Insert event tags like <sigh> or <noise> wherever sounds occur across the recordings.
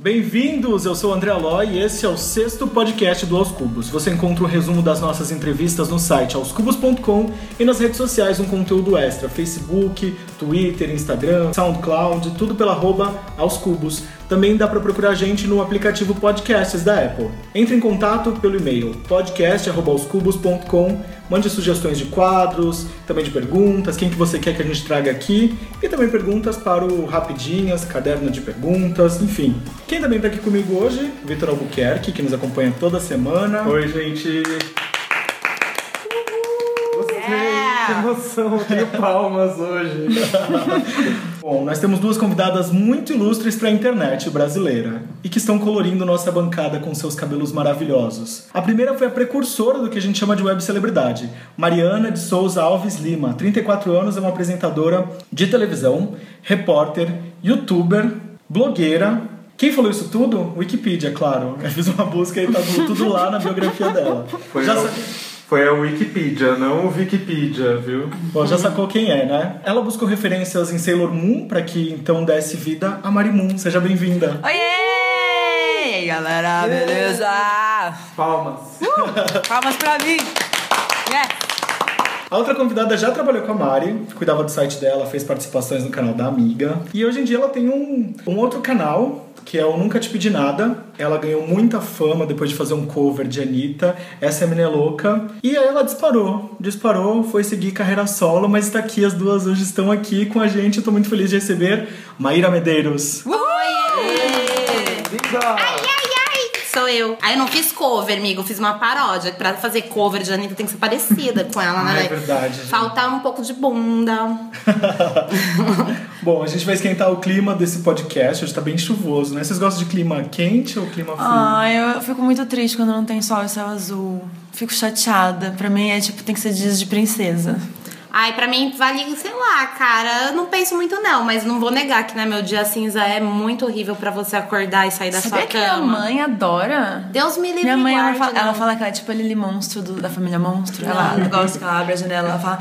Bem-vindos! Eu sou o André Aloy e esse é o sexto podcast do Aos Cubos. Você encontra o resumo das nossas entrevistas no site aoscubos.com e nas redes sociais um conteúdo extra: Facebook, Twitter, Instagram, SoundCloud, tudo pela arroba Aos Cubos. Também dá para procurar a gente no aplicativo Podcasts da Apple. Entre em contato pelo e-mail podcast@aoscubos.com. Mande sugestões de quadros, também de perguntas, quem que você quer que a gente traga aqui e também perguntas para o Rapidinhas, caderno de perguntas, enfim. Quem também está aqui comigo hoje, Vitor Albuquerque, que nos acompanha toda semana. Oi, gente! Vocês Yeah. que noção, eu tenho palmas hoje. Bom, nós temos duas convidadas muito ilustres para a internet brasileira e que estão colorindo nossa bancada com seus cabelos maravilhosos. A primeira foi a precursora do que a gente chama de web celebridade, Mariana de Souza Alves Lima, 34 anos, é uma apresentadora de televisão, repórter, youtuber, blogueira. Quem falou isso tudo? Wikipedia, claro. Eu fiz uma busca e tá tudo lá na biografia dela. Foi, Já a, sa- foi a Wikipedia, não o Wikipedia, viu? Bom, já sacou quem é, né? Ela buscou referências em Sailor Moon para que então desse vida a Mari Moon. Seja bem-vinda. Oiê! E aí, galera, beleza? Palmas. Palmas pra mim! Yeah. A outra convidada já trabalhou com a Mari, cuidava do site dela, fez participações no canal da Amiga. E hoje em dia ela tem um, um outro canal, que é o Nunca Te Pedi Nada. Ela ganhou muita fama depois de fazer um cover de Anitta. Essa menina é louca. E aí ela disparou. Disparou, foi seguir carreira solo, mas está aqui, as duas hoje estão aqui com a gente. Eu tô muito feliz de receber Maíra Medeiros. Oiê! Linda! é Sou eu. Aí eu não fiz cover, amigo. Eu fiz uma paródia. Pra fazer cover de Anitta tem que ser parecida com ela, Ah, né? é verdade, gente. Faltar um pouco de bunda. Bom, a gente vai esquentar o clima desse podcast. Hoje tá bem chuvoso, né? Vocês gostam de clima quente ou clima frio? <laughs> Ah. Ai, eu fico muito triste quando não tem sol e céu azul. Fico chateada. Pra mim é tipo, tem que ser dias de princesa. Ai, pra mim vale, sei lá, cara. Eu não penso muito, não, mas não vou negar que, né, meu dia cinza é muito horrível pra você acordar e sair da Sabia sua que minha cama. mãe adora? Deus me livre. Minha mãe, ela guarde, fala, não. ela fala que ela é tipo a Lili Monstro do- da família Monstro. Ela gosta que ela abre a janela ela fala,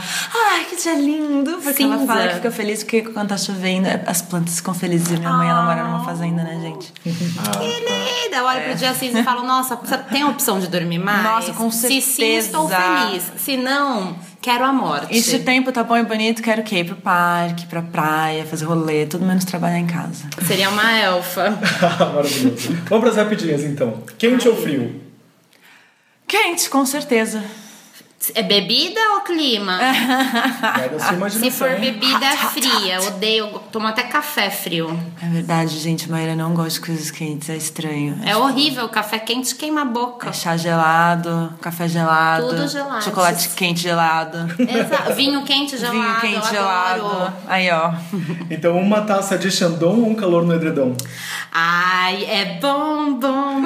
ai, que dia lindo. Porque ela Cinza. fala que fica feliz porque quando tá chovendo, as plantas ficam felizes. E minha mãe, ela mora numa fazenda, né, gente? Uhum. Que linda! Eu olho pro dia cinza e falo, nossa, você tem a opção de dormir mais? É. Nossa, com Se sim, estou certeza. feliz. Se não, quero a morte. E se o tempo tá bom e bonito, quero o quê? Ir pro parque, pra praia, fazer rolê, tudo menos trabalhar em casa. Seria uma elfa. Ah, Maravilhoso. Vamos para as rapidinhas então. Quente ou frio? Quente, com certeza. É bebida ou clima? É da sua Ah, Se imaginação. for hein? bebida fria, odeio. Tomo até café frio. É verdade, gente. Maíra não gosta de coisas quentes, é estranho. É horrível, café quente queima a boca. É chá gelado, café gelado, Tudo gelado. chocolate quente gelado, Exa- Vinho quente <laughs> gelado. vinho quente eu adoro. gelado. Aí, ó. Então, uma taça de Xandão ou um calor no edredom? <laughs> Ai, é bom, <laughs> bom.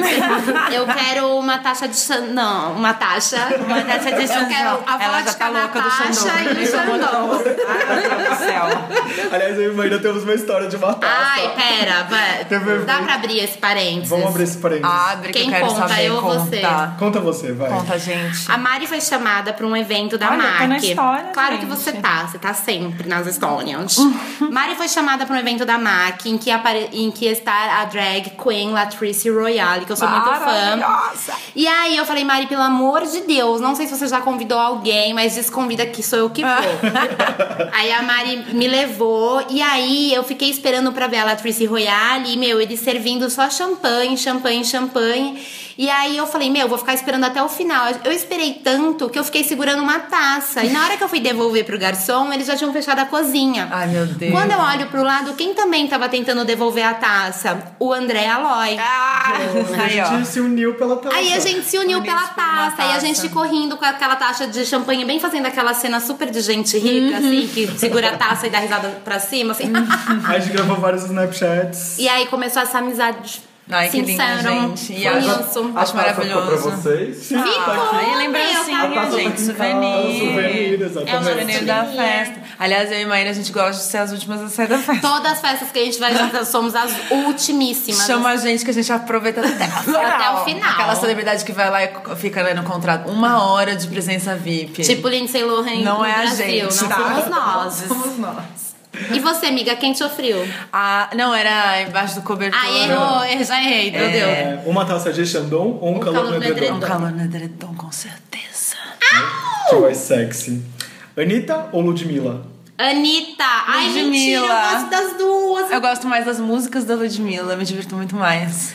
Eu quero uma taxa de Xan- Não, uma taxa. Uma taxa de Eu Xandão. quero a Ela já vodka tá na louca do taxa Xandão. e o Xandão. Ai, meu céu. Aliás, eu e Maíra temos uma história de uma taça. Ai, pera. vai. Teve- Dá pra abrir esse parênteses? Vamos abrir esse parênteses. Abre que Quem eu quero conta, saber eu ou conta. você? Conta você, vai. Conta, gente. A Mari foi chamada para um evento da Olha, eu tô na MAC. história, claro que gente. Uhum. você tá, você tá sempre nas histórias. <laughs> Mari foi chamada para um evento da MAC em que, apare- em que está a drag queen Latrice Royale, que eu sou muito fã. Maravilhosa. E aí eu falei, Mari, pelo amor de Deus, não sei se você já convidou alguém, mas desconvida que sou eu que <laughs> vou. aí a Mari me levou e aí eu fiquei esperando pra ver a Latrice Royale e, meu, eles servindo só champanhe, champanhe, champanhe. E aí eu falei, meu, vou ficar esperando até o final. Eu esperei tanto que eu fiquei segurando uma taça. E na hora que eu fui devolver pro garçom, eles já tinham fechado a cozinha. Ai, Ah, meu Deus. Quando eu olho pro lado, quem também tava tentando devolver a taça? O André Aloy. Ah, A aí, ó. gente se uniu pela taça. Aí a gente se uniu Unidos pela por uma taça, aí a taça. gente ficou rindo com aquela taxa de champanhe, bem fazendo aquela cena super de gente Uhum. rica, assim, que segura a taça e dá risada pra cima, assim. A gente gravou vários Snapchats. e aí começou essa amizade. Ai, que lindo, Sincero. gente. E Ah, Foi acho- isso. Acho A taça ficou pra maravilhoso. vocês? Sim, Ficou, né? tá aqui. Ai, meu, lembrancinha, tá aqui. gente. Ah, Souvenir. souvenir, É o exatamente. nosso Souvenir da souvenir. festa. Aliás, eu e Maíra, a gente gosta de ser as últimas a sair da festa. Todas as festas que a gente vai juntas, somos as ultimíssimas. Chama a gente que a gente aproveita até, Até o final. Aquela celebridade que vai lá e fica lendo no contrato uma hora de presença VIP. Tipo Lindsay Lohan não no é a Brasil, gente. não tá? somos nós. Não somos nós. E você, amiga, quem te sofreu? Ah, não, era embaixo do cobertor. Ah, errou, errou, já errei, meu Deus. É, uma taça de Xandão ou um, calor no edredom. Um calor no edredom, com certeza. Que mais sexy. Anitta ou Ludmilla? Anitta! Ai, mentira, eu Ludmilla. gosto das duas. Eu gosto mais das músicas da Ludmilla, me divirto muito mais.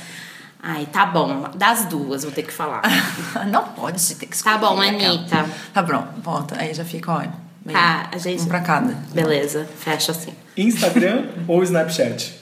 Ai, tá bom. Das duas, vou ter que falar. <laughs> não pode, tem que Tá bom, escolher, né, Anitta. cara? Tá bom, volta. Aí já fica, olha. bem, Tá, a gente- Um pra cada. Beleza, fecha assim. Instagram ou Snapchat?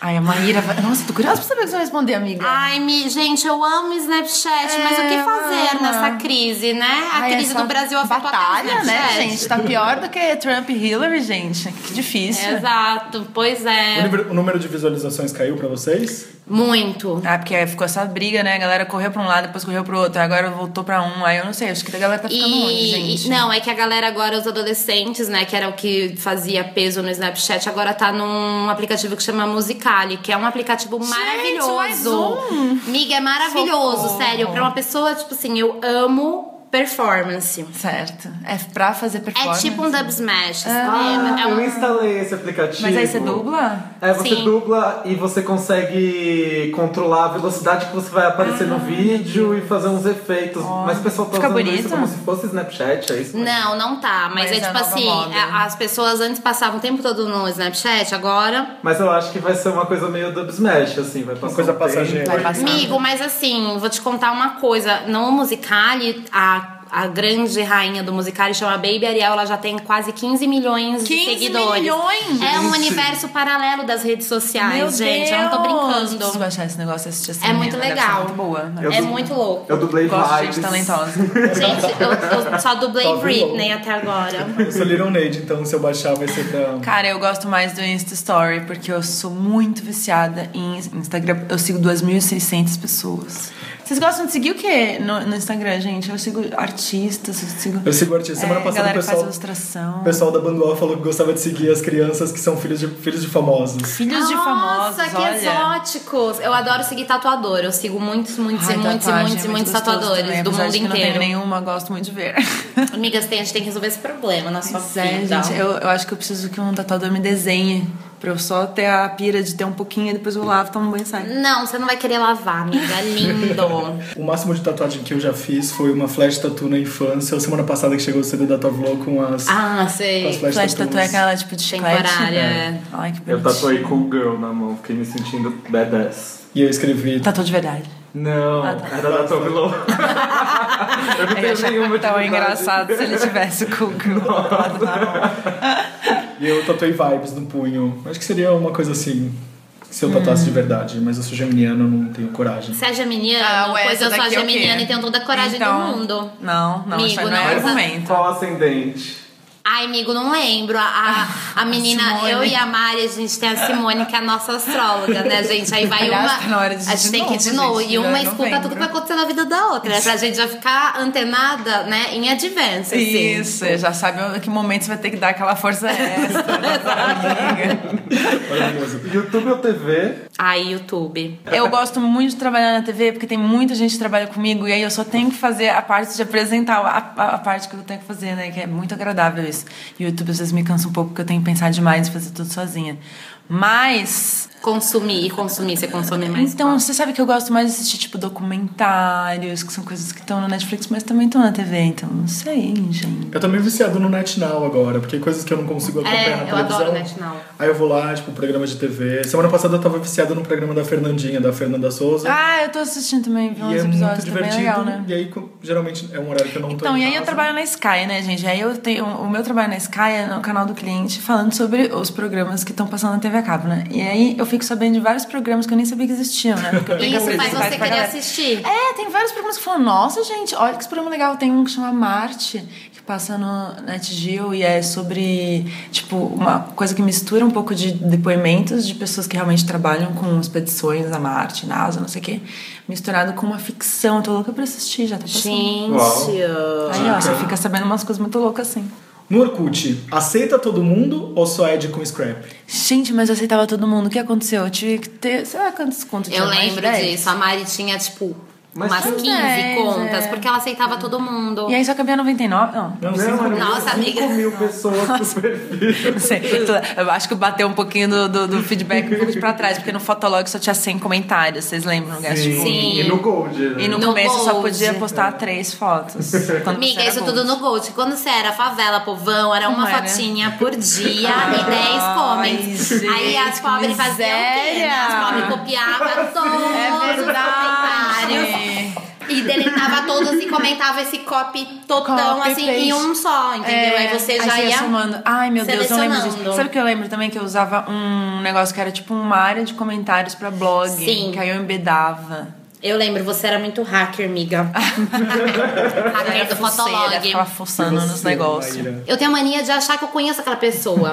Ai, a Maíra vai... Nossa, tô curiosa pra saber o que você vai responder, amiga. Ai, mi- gente, eu amo Snapchat, mas o que É, fazer ama. nessa crise, né? A Ai, crise essa do Brasil afetou até o batalha, né, Snapchat. gente? Tá pior do que Trump e Hillary, gente. Que difícil. Exato, pois O, é. nível- o número de visualizações caiu pra vocês? Muito. Ah, porque ficou essa briga, né? A galera correu pra um lado, depois correu pro outro, agora voltou pra um. Aí eu não sei, acho que a galera tá ficando longe, E, gente. e- não, é que a galera agora, os adolescentes, né, que era o que fazia peso no Snapchat, agora tá num aplicativo que chama Musicali, que é um aplicativo mais maravilhoso. um! Miga, é maravilhoso, Socorro. sério. Pra uma pessoa, tipo assim, eu amo performance. Certo. É pra fazer É performance. Ah, tipo um dub smash, Tá sabe? É Ah, eu um... instalei esse aplicativo. Mas aí você dubla? É, você Sim. dubla e você consegue controlar a velocidade que você vai aparecer no vídeo e fazer uns efeitos. Mas o pessoal tá Ah. Fica usando bonito? isso como se fosse Snapchat, é isso? Não, não tá. Mas Mas, é é a tipo nova assim, moda. a- as pessoas antes passavam o tempo todo no Snapchat, agora Mas eu acho que vai ser uma coisa meio dub smash, assim, vai passar. coisa um passageira. tempo. Vai passar. Amigo, mas assim, vou te contar uma coisa. No Musicali, a, a grande rainha do Musicali chama Baby Ariel. Ela já tem quase 15 milhões 15 de seguidores. milhões? É um Gente. universo paralelo das redes sociais, Meu gente. Eu não tô Deus! Preciso brincando. baixar esse negócio e assistir essa É muito menina, deve legal. ser muito boa. né? Eu é dou- muito louco. Eu dublei Gosto de vibes. gente talentosa. <laughs> Gente, eu, eu só dublei Só Britney até agora. Eu sou Little Nade, então se eu baixar vai ser pra... Cara, eu gosto mais do Insta Story, porque eu sou muito viciada em Instagram. Eu sigo 2.600 pessoas. Vocês gostam de seguir o quê no, no Instagram, gente? Eu sigo artistas, eu sigo... Eu sigo artista. Semana É, passada o galera que pessoal, faz ilustração. o pessoal da Bandual falou que gostava de seguir as crianças que são filhos de, filhos de famosos. Filhos de famosos, Nossa, que olha. exóticos! Eu adoro seguir tatuador. Eu sigo muitos, muitos Ai, e muitos e tatuagem muitos é e muitos gostoso tatuadores também, do apesar mundo de que inteiro. Não tenho nenhuma, gosto muito de ver. Amigas, tem, a gente tem que resolver esse problema na sua Pois é, vida. gente, eu, eu acho que eu preciso que um tatuador me desenhe. Pra eu só ter a pira de ter um pouquinho, e depois eu lavo, tomo um banho e saio. Não, você não vai querer lavar, <laughs> amiga. Lindo. O máximo de tatuagem que eu já fiz foi uma flash tatu na infância, ou semana passada que chegou o CD da Tovlo com as... ah, com as sei. flash, Flash tattoos. tatu é aquela tipo de chiclete. Temporária, né? Ai, que Eu bonitinho. tatuei Cool Girl na mão, fiquei me sentindo badass. E eu escrevi... Tatu de verdade. Não, Ah, tá. era da Tom <laughs> Below. Eu não Eu ia tenho achar nenhuma é tão dificuldade. engraçado se ele tivesse o Google tatuado na mão. E eu tatuei vibes no punho. Acho que seria uma coisa assim, se eu tatuasse de verdade, mas eu sou geminiano, eu não tenho coragem. Você é geminiano? Ah, ué, pois eu essa sou a daqui é o quê? geminiana e tenho toda a coragem Então, do mundo. Não, não, isso aí não Amigo, é não. argumento. Qual ascendente? Ai, amigo, não lembro. A, <laughs> a, a menina, Simone. eu e a Mari, a gente tem a Simone, que é a nossa astróloga, né, gente? Aí vai Aliás, uma. tá na hora de a gente de tem que ir de novo, novo. gente, e uma né? escuta Novembro. tudo que vai acontecer na vida da outra. Né? Pra gente já ficar antenada, né? Em advance, assim. Isso, já sabe a que momento você vai ter que dar aquela força extra. né, <laughs> amiga. Maravilhoso. YouTube ou TV? Ai, YouTube. Eu gosto muito de trabalhar na TV porque tem muita gente que trabalha comigo e aí eu só tenho que fazer a parte de apresentar, a, a- a parte que eu tenho que fazer, né? Que é muito agradável isso. E o YouTube às vezes me cansa um pouco porque eu tenho que pensar demais e fazer tudo sozinha. Mas Consumir e consumir, você consome mais. Então, você sabe que eu gosto mais de assistir, tipo, documentários, que são coisas que estão no Netflix, mas também estão na TV, então não sei, gente. Eu tô meio viciado no NetNow agora, porque coisas que eu não consigo acompanhar É, na eu televisão. adoro NetNow. Aí eu vou lá, tipo, programa de TV. Semana passada eu tava viciado no programa da Fernandinha, da Fernanda Souza. Ah, eu tô assistindo também, vi uns é e é muito episódios, tá bem divertido. legal, né? E aí, co- geralmente, é um horário que eu não tô. Então, em e aí eu casa. trabalho na Sky, né, gente? Aí eu tenho. O meu trabalho na Sky é no canal do cliente falando sobre os programas que estão passando na TV a cabo, né? E aí eu fico sabendo de vários programas que eu nem sabia que existiam, né? Porque eu tenho que Isso faz apresentar você pra querer galera. assistir. É, tem vários programas que falam, nossa, gente, olha que programa legal. Tem um que chama Marte, que passa no NetGeo e é sobre, tipo, uma coisa que mistura um pouco de depoimentos de pessoas que realmente trabalham com expedições a Marte, NASA, não sei o quê, misturado com uma ficção. Eu tô louca pra assistir, já tá passando. Gente. Aí, ó, você fica sabendo umas coisas muito loucas assim. No Orkut, aceita todo mundo ou só é de com scrap? Gente, mas eu aceitava todo mundo. O que aconteceu? Eu tive que ter. Sei lá quantos contos Eu tinha, mais de lembro 10? disso. A Mari tinha, tipo, Mas umas tinha 15 dez, contas, é. porque ela aceitava todo mundo. E aí só cabia 99? Não. <laughs> Não, Não, cinco eram mil. Nossa, cinco amiga. mil pessoas no perfil. Não sei. Eu acho que bateu um pouquinho do, do, do feedback um pouco de pra trás, porque no Fotolog só tinha 100 comentários, vocês lembram, Sim. Sim. E no Gold, né? E no, No começo só Gold. podia postar três fotos. Quando Amiga, você era isso Gold. tudo no Gold. Quando você era favela, povão, era uma Não era. fotinha por <laughs> dia Ai, e 10 comments. gente, Aí as que pobres faziam o quê? né? As pobres miséria. copiavam todos <laughs> É os comentários. verdade. E deletava todos e comentava esse copy totão, Copy, assim, paste. É, em um só, entendeu? aí você já ia... somando. Ai, meu Deus, eu lembro disso. selecionando. Sabe o que eu lembro também? Que eu usava um negócio que era tipo uma área de comentários pra blog. Sim. Que aí eu embedava. Eu lembro, você era muito hacker, <laughs> miga. hacker do Fuceira, Fotolog. Ficava fuçando nos Você, negócios. Maíra. Eu tenho a mania de achar que eu conheço aquela pessoa.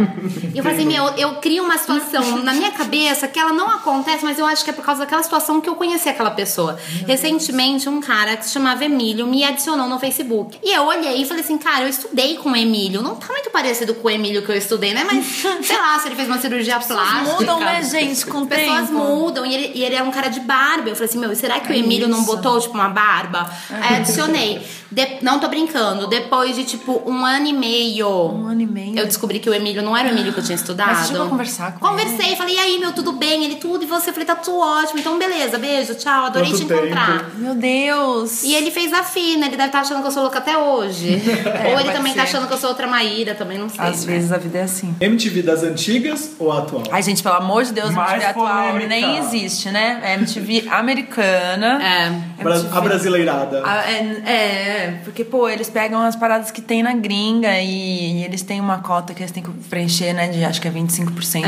E eu falei assim, meu, eu crio uma situação na minha cabeça que ela não acontece, mas eu acho que é por causa daquela situação que eu conheci aquela pessoa. Recentemente, um cara que se chamava Emílio me adicionou no Facebook. E eu olhei e falei assim, cara, eu estudei com o Emílio. Não tá muito parecido com o Emílio que eu estudei, né? <laughs> Mas, sei lá, se ele fez uma cirurgia plástica. Mudam, né, gente, com o As pessoas tempo. É mudam e ele, e ele é um cara de barba. Eu falei assim, meu, será que o Emílio não botou, tipo, uma barba? Aí adicionei. De- não tô brincando. Depois de, tipo, um ano e meio. Um ano e meio. Eu descobri que o Emílio não era o Emílio que eu tinha estudado. Mas você chegou a conversar com Conversei, falei, e aí, meu, tudo bem? Ele, tudo. E você? Eu falei, tá tudo ótimo. Então, beleza, beijo, tchau. Adorei Quanto te encontrar. tempo. Meu Deus. E ele fez a fina, ele deve estar achando que eu sou louca até <laughs> hoje. Ou ele É, pode também tá ser. achando que eu sou outra Maíra, também não sei. Às né? vezes a vida é assim. MTV das antigas ou a atual? Ai, gente, pelo amor de Deus, Mais MTV atual polêmica. nem existe, né? É MTV americana. É. Bra- A brasileirada. Ah, é, é, é, porque, pô, eles pegam as paradas que tem na gringa e, e eles têm uma cota que eles têm que preencher, né? De acho que é 25%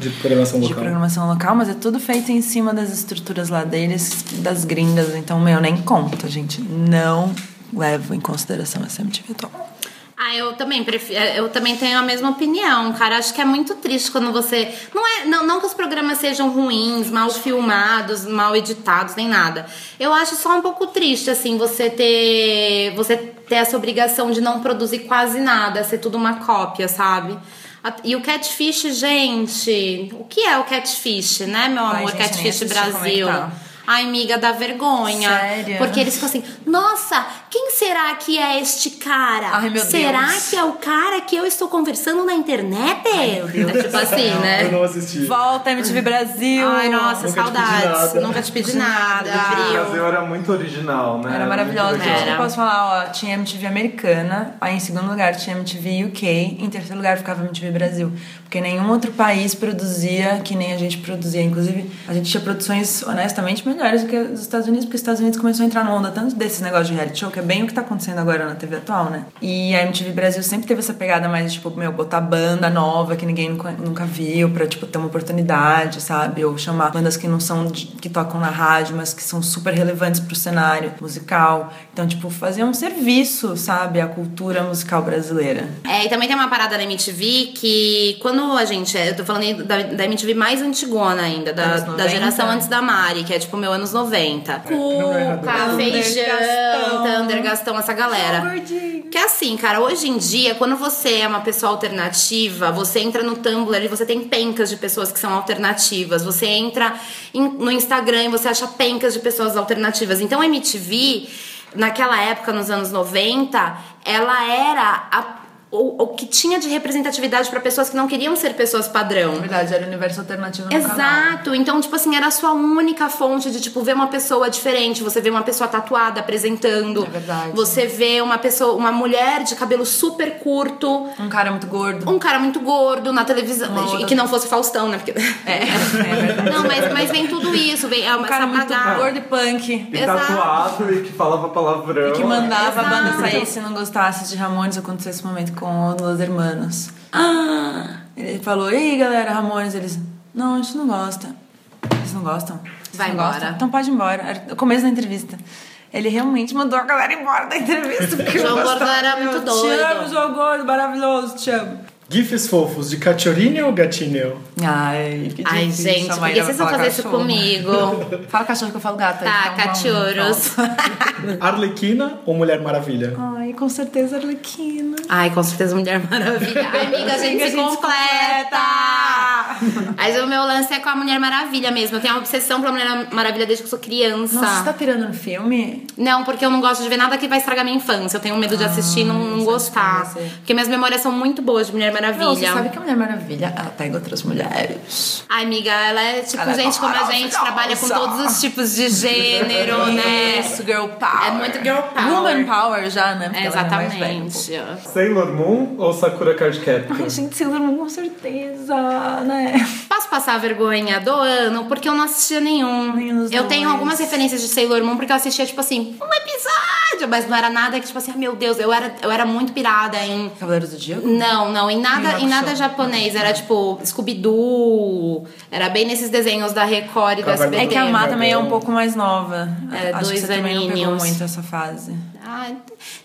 de, De programação de local. programação local, mas é tudo feito em cima das estruturas lá deles, das gringas. Então, meu, nem conta, gente. Não levo em consideração essa MTV atual. Ah, eu também prefiro, eu também tenho a mesma opinião, cara. Acho que é muito triste quando você não é, não, não que os programas sejam ruins, mal filmados, mal editados, nem nada. Eu acho só um pouco triste assim você ter você ter essa obrigação de não produzir quase nada, ser tudo uma cópia, sabe? A- E o Catfish, gente, o que é o Catfish, né, meu Ai, amor? gente, nem Catfish assisti, Brasil. como é que tá? Ai, amiga, dá vergonha. Sério? Porque eles ficam assim, nossa, quem será que é este cara? Ai, meu Será Deus. que é o cara que eu estou conversando na internet? meu Deus É tipo <laughs> assim, Eu né? não assisti. Volta, MTV Brasil! Ai, nossa, Nunca te pedi saudades. nada. Nunca te pedi nada. O Abril. Brasil era muito original, né? Era muito maravilhosa. legal. Gente, eu Era. posso falar, ó, tinha MTV americana, aí em segundo lugar tinha MTV UK, em terceiro lugar ficava MTV Brasil. Porque nenhum outro país produzia que nem a gente produzia. Inclusive, a gente tinha produções, honestamente, melhores do que os Estados Unidos, porque os Estados Unidos começou a entrar na onda tanto desses negócios de reality show, que é bem o que tá acontecendo agora na TV atual, né? E a MTV Brasil sempre teve essa pegada mais, tipo, meu, botar banda nova que ninguém nunca, nunca viu pra, tipo, ter uma oportunidade, sabe? Ou chamar bandas que não são, de- que tocam na rádio, mas que são super relevantes pro cenário musical. Então, tipo, fazer um serviço, sabe? A cultura musical brasileira. É, e também tem uma parada na MTV que quando a gente. é, Eu tô falando da, da MTV mais antigona ainda, da, Anos da 90? geração antes da Mari, que é tipo meu anos 90. é Cuca, Thunder, Feijão, Gastão. Thunder, Gastão, essa galera. Que é assim, cara, hoje em dia, quando você é uma pessoa alternativa, você entra no Tumblr e você tem pencas de pessoas que são alternativas. Você entra em- no Instagram e você acha pencas de pessoas alternativas. Então, a MTV, naquela época, nos anos 90, ela era a- o, o que tinha de representatividade para pessoas que não queriam ser pessoas padrão. verdade, era o universo alternativo Exato. Então, tipo assim, era a sua única fonte de, tipo, ver uma pessoa diferente. Você vê uma pessoa tatuada apresentando. É verdade. Você vê uma pessoa, uma mulher de cabelo super curto. Um cara muito gordo. Um cara muito gordo na televisão. Uma outra- E que não fosse Faustão, né? Porque... É, é <laughs> verdade. Não, mas, mas vem tudo isso. Vem é Um uma cara essa muito bagagem. gordo e punk. E Exato. tatuado e que falava palavrão. E que mandava a banda Exato. sair se não gostasse de Ramones acontecer esse momento com o Los Hermanos. Ah! Ele falou, e aí galera, Ramones? Eles, não, a gente não gosta. Vocês não gostam? Vocês Vai não embora. Gostam? Então pode ir embora. Era o começo da entrevista. Ele realmente mandou a galera embora da entrevista. Porque João não Gordo gostava. era muito Eu, Te doido." amo, João Gordo, maravilhoso, te amo. GIFs fofos de Cachorine ou Gatinho? Ai, que Ai, difícil, gente, a por que Maíra vai vocês vão falar fazer isso cachorro. né? comigo? Fala cachorro que eu falo gata. Tá, então, vamos, cachorros. Arlequina ou Mulher <laughs> Maravilha? vamos. Ai, com certeza, Arlequina. Ai, com certeza, Mulher Maravilha. Ai, amiga, a gente Amiga, se completa. Mas o meu lance é com a Mulher Maravilha mesmo. Eu tenho uma obsessão pela Mulher Maravilha desde que eu sou criança. Nossa, você tá pirando no filme? Não, porque eu não gosto de ver nada que vai estragar minha infância. Eu tenho medo de Ah, assistir e não, não gostar. sei. Porque minhas memórias são muito boas de Mulher é Não, você Maravilha. sabe que a Mulher Maravilha, ela pega outras mulheres. Ai, amiga, ela é tipo Ela é gente como a gente, maravilhosa. trabalha com todos os tipos <laughs> de é gênero, né? Isso, girl power. É muito girl power. Woman power já, né? Porque É, ela já é mais velha um exatamente. Sailor Moon ou Sakura Card Captor? pouco. Gente, Sailor Moon com certeza, né? Posso passar a vergonha do ano? Porque eu não assistia nenhum. Nenhum dos eu dois. tenho algumas referências de Sailor Moon, porque eu assistia, tipo assim, um episódio, mas não era nada que, tipo assim, ah, meu Deus, eu era, eu era muito pirada em. Cavaleiros do Diego? Não, não, em nada, Yu em nada Hakusho. japonês. Era tipo Scooby-Doo. Era bem nesses desenhos da Record e do Caverna do SBT. É que a Má Dragão. também é um pouco mais nova. É, Acho que dois você também não pegou aninhos. muito essa fase. Ah,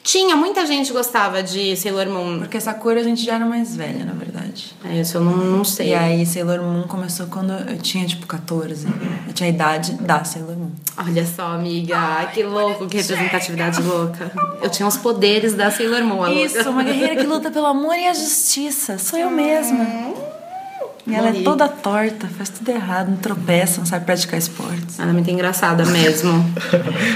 tinha, muita gente gostava de Sailor Moon. Porque Sakura a gente já era mais velha, na verdade. É, Isso eu não, não E sei. aí Sailor Moon começou quando eu tinha tipo 14. Eu tinha a idade da Sailor Moon. Olha só, amiga, que louco, que representatividade louca. Eu tinha os poderes da Sailor Moon, a louca. Isso, uma guerreira que luta pelo amor e a justiça. Sou eu mesma. E ela é Morri. toda torta, faz tudo errado, não tropeça, não sabe praticar esportes. Ela é muito engraçada mesmo.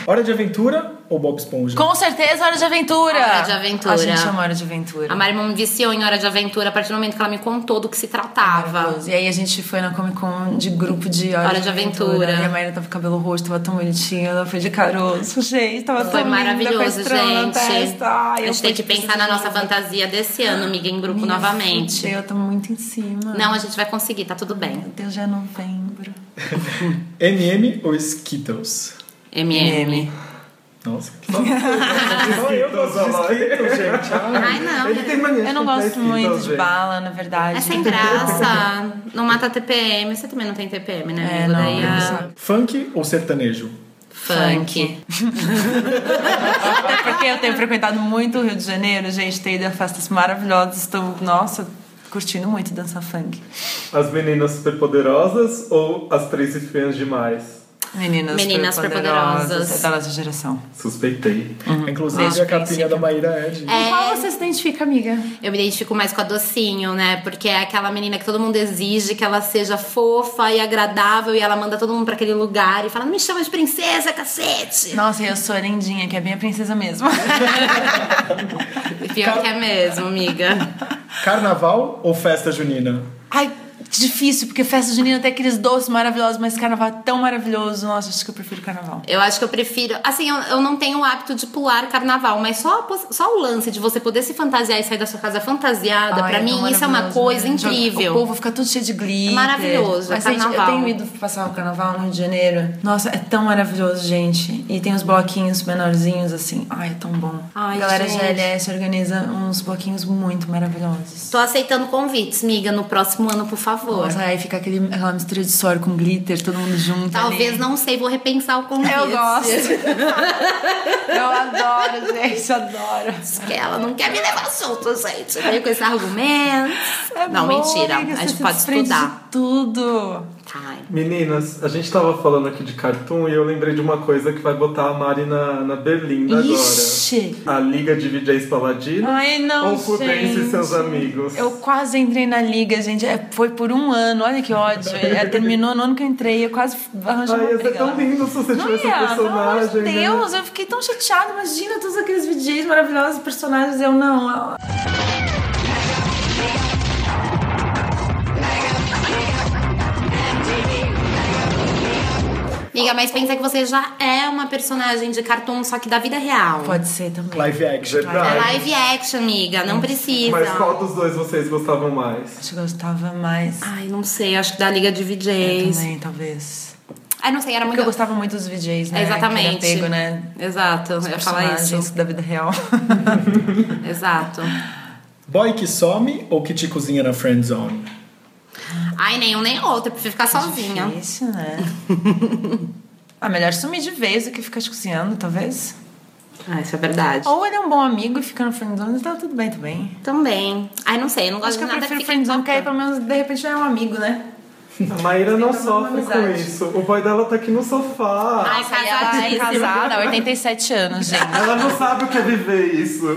Hora de Aventura ou Bob Esponja? Com certeza, Hora de Aventura! Hora de Aventura. A gente chama Hora de Aventura. A Mari me viciou em Hora de Aventura a partir do momento que ela me contou do que se tratava. Maravilhoso. E aí a gente foi na Comic Con de grupo de Hora, Hora de Aventura. E a Maíra tava com o cabelo roxo, tava tão bonitinha, ela foi de caroço, gente, tava tão Foi linda, com a maravilhoso, estrela na gente. testa. Ai, eu a gente tem fui, que tipo, pensar na assim, nossa fantasia desse ano, amiga, em grupo minha novamente. fudeu, Eu tô muito em cima. Não, a gente vai conseguir, tá tudo bem. Meu Deus, já é novembro. MM ou Skittles? MM. Nossa, que bom. Só eu gosto de Skittles, gente. Ai, Ele não. tem mania de Eu não comprar gosto Skittles, muito de gente. bala, na verdade. É sem graça. Não mata TPM. Você também não tem TPM, né, amigo? É, não, Daí eu não a- sabe. Funk ou sertanejo? Funk. <laughs> Até porque eu tenho frequentado muito o Rio de Janeiro, gente, tenho ido a festas maravilhosas, estou, nossa, curtindo muito dançar funk. As meninas superpoderosas ou as três espiãs demais? Meninas, Meninas superpoderosas. superpoderosas. É da nossa geração. Suspeitei. Uhum. Inclusive, a capinha da Maíra é de... É. Qual você se identifica, amiga? Eu me identifico mais com a Docinho, né? Porque é aquela menina que todo mundo exige que ela seja fofa e agradável e ela manda todo mundo pra aquele lugar e fala: não me chama de princesa, cacete! Nossa, eu sou a lindinha, que é bem a princesa <laughs> mesmo. Pior que é mesmo, amiga. Carnaval ou festa junina? Ai, que difícil, porque festa junina tem aqueles doces maravilhosos, mas carnaval é tão maravilhoso. Nossa, acho que eu prefiro carnaval. Eu acho que eu prefiro. Assim, eu, eu não tenho o hábito de pular carnaval, mas só, a pos- só o lance de você poder se fantasiar e sair da sua casa fantasiada, Ai, tão pra mim, isso é uma maravilhoso, coisa né? incrível. O povo fica tudo cheio de glitter. É maravilhoso, é Mas, gente, eu carnaval. tenho ido passar o carnaval no Rio de Janeiro. Nossa, é tão maravilhoso, gente. E tem uns bloquinhos menorzinhos, assim. Ai, é tão bom. Ai, a galera gente. GLS organiza uns bloquinhos muito maravilhosos. Tô aceitando convites, miga, no próximo ano, por favor. Nossa, aí fica aquele, aquela mistura de suor com glitter, todo mundo junto. Talvez, ali. não sei, vou repensar o convite. <laughs> Eu gosto. Eu adoro, gente, adoro. que ela não quer me levar solto, gente. <laughs> Veio com esse argumento. É não, bom, mentira. amiga, A você gente se pode desprende estudar. de tudo. Tá. Meninas, a gente tava falando aqui de cartoon e eu lembrei de uma coisa que vai botar a Mari na, na berlinda Ixi. agora. A Liga de DJs Paladinos Ai, não, ou Prudence e gente. seus amigos? Eu quase entrei na liga, gente. É, foi por um ano, olha que ódio. É, terminou no ano que eu entrei, eu quase arranjei Ai, uma ia ser briga. lá. tão lindo se você Não tivesse um ia, pelo amor de personagem. né? Deus, eu fiquei tão chateada. Imagina todos aqueles DJs maravilhosos, personagens, eu não. Amiga, mas pensa que você já é uma personagem de cartoon, só que da vida real. Pode ser também. Live action. É Verdade. live action, amiga. Não precisa. Mas qual dos dois vocês gostavam mais? Acho que eu gostava mais. Ai, não sei. Acho que da Liga de Eu VJs. também, talvez. Ai, não sei. Era Porque é muito... eu gostava muito dos VJs, né? É, Exatamente. Aquele apego, né? Exato. Eu ia falar Personagens isso. da vida real. Exato. Boy que some ou que te cozinha na friend zone? Ai, nenhum nem outro. Eu prefiro <laughs> ficar sozinha. Difícil, <laughs> né? ah, melhor sumir de vez do que ficar te cozinhando, talvez. Ah, isso é verdade. Ou ele é um bom amigo e fica no friendzone, então tudo bem também. Também. Ai, não sei. Eu não gosto Acho que eu de nada prefiro fique friendzone, quieta. porque aí pelo menos de repente já é um amigo, né? A Maíra não Tem sofre problema com amizade. isso. O pai dela tá aqui no sofá. Ai, Aí ela é casadíssima. casada há 87 anos, gente. Ela não sabe o que é viver isso.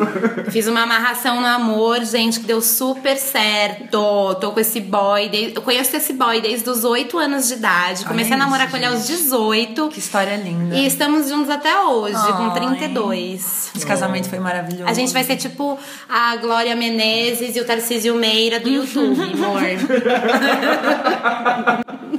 Fiz uma amarração no amor, gente, que deu super certo. Tô com esse boy. de- Eu conheço esse boy desde os 8 anos de idade. Comecei a isso, namorar com ele aos 18. Que história linda. E estamos juntos até hoje, com Ai. 32. Esse casamento foi maravilhoso. A gente vai ser tipo a Glória Menezes e o Tarcísio Meira Uhum. do YouTube, amor. <laughs>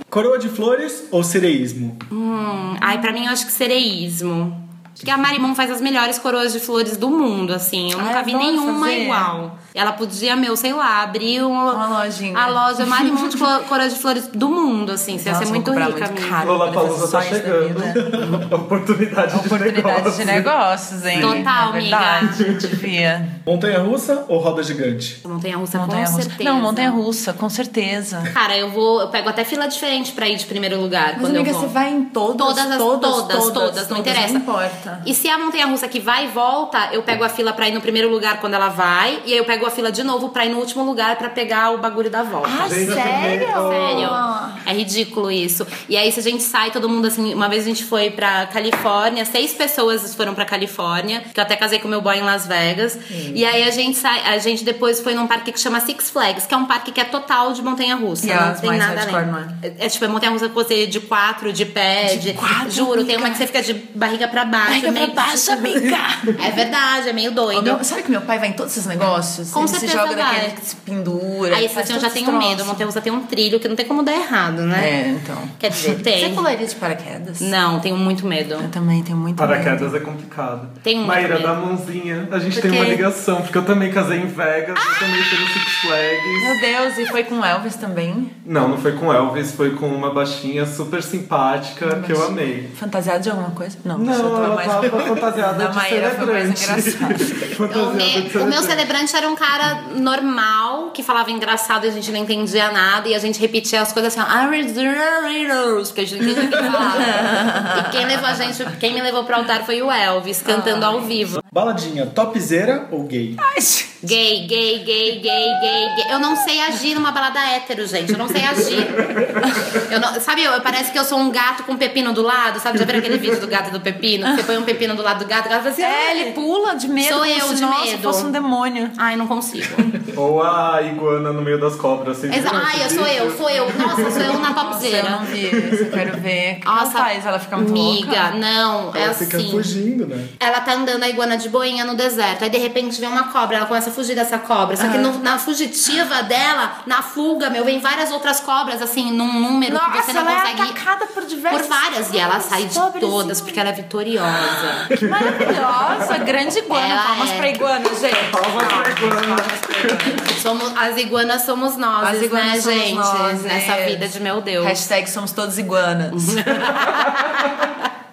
Coroa de flores ou sereísmo? Hum, ai, pra mim eu acho que sereísmo. Acho que a Marimon faz as melhores coroas de flores do mundo, assim. Eu Ai, nunca eu vi adoro nenhuma fazer. igual. Ela podia, meu, sei lá, abrir uma, Uma lojinha. A loja Marimon de flo- coroas de flores do mundo, assim. Você ia Nossa, ser vou muito comprar rica, muito amiga. caro. Lola Palusa tá Só isso da chegando. vida. <laughs> Oportunidade, Oportunidade de de negócios, hein? Total, É verdade, devia. Montanha russa ou roda gigante? Montanha russa, Montanha com russa. certeza. Não, montanha russa, com certeza. Cara, eu vou. Eu pego até fila diferente pra ir de primeiro lugar. Mas quando amiga, eu vou. você vai em todas, Todas, as- todas, todas, todas, não interessa. Não importa. E se a montanha russa que vai e volta, eu pego a fila pra ir no primeiro lugar quando ela vai, e aí eu pego a fila de novo pra ir no último lugar pra pegar o bagulho da volta. Ah, Gente, sério? meio- Sério. Ah. É ridículo isso. E aí, se a gente sai, todo mundo assim. Uma vez a gente foi pra Califórnia, seis pessoas foram pra Califórnia, que eu até casei com meu boy em Las Vegas. E aí a gente sai, a gente depois foi num parque que chama Six Flags, que é um parque que é total de montanha russa. E não elas tem mais nada hardcore, além. não é? É, é tipo, é montanha russa que você de quatro, de pé, de. quatro, juro, tem uma amiga. que você fica de barriga pra baixo. Pega pra meio- <laughs> baixo, amiga. É verdade, é meio Ô, doido. meu- sabe que meu pai vai em todos esses negócios? Com Ele certeza se joga vai. daquele que se pendura. Aí ele assim, faz eu já todos tenho os medo. troços. Montanha russa tem um trilho que não tem como dar errado, né? É, então. Quer <laughs> dizer, tem. Você pularia de paraquedas? Não, tenho muito medo. Eu também tenho muito medo. Paraquedas é complicado. Tem um Maíra, também. dá a mãozinha. A gente Por tem uma quê? ligação, porque eu também casei em Vegas, eu também fui no Six Flags. Meu Deus, e foi com Elvis também? Não, não foi com Elvis, foi com uma baixinha super simpática que eu amei. Fantasiado de alguma coisa? Não, isso eu Não, tô ela mais... tava fantasiada da de Maíra foi mais celebrante. engraçado. O, <laughs> Fantasiada me- de o celebrante. meu celebrante era um cara normal, que falava engraçado e a gente não entendia nada, e a gente repetia as coisas assim, "Ah, reserveiros", porque a gente não entendia o que ele <laughs> falava. E quem levou a gente, quem me levou pro altar foi o Elvis, cantando ao vivo. Baladinha, topzera ou gay? Gay, gay, gay, gay, gay, gay. Eu não sei agir numa balada hétero, gente. Eu não sei agir. Eu não- sabe, eu, parece que eu sou um gato com um pepino do lado, sabe? Já viram aquele vídeo do gato e do pepino? Você põe um pepino do lado do gato, o gato faz assim. É, ele pula de medo. Sou como eu se, de nossa, medo. fosse um demônio. Ai, não consigo. Ou a iguana no meio das cobras. Assim, Exa- Ai, eu sou eu, sou eu. Nossa, sou eu na Eu topzera. não vi, eu quero ver. O que ela Nossa, faz? Ela fica muito amiga, louca? não, é Ela assim. fica fugindo, né? Ela tá andando a iguana de boinha no deserto. Aí de repente vem uma cobra, ela começa a fugir dessa cobra. Só que Ah. no- na fugitiva dela, na fuga, meu, vem várias outras cobras, assim, num número que Nossa, você não ela consegue. é atacada por diversas... Por várias, e ela sai de Pobrezinha. todas, porque ela é vitoriosa. Que Maravilhosa, grande iguana. Ela Palmas é. pra iguana, gente. Palmas pra iguana. Palmas pra iguana. Somos, as iguanas somos nós, As iguanas né, somos gente? nós, Nessa é. vida de meu Deus. Hashtag somos todos iguanas.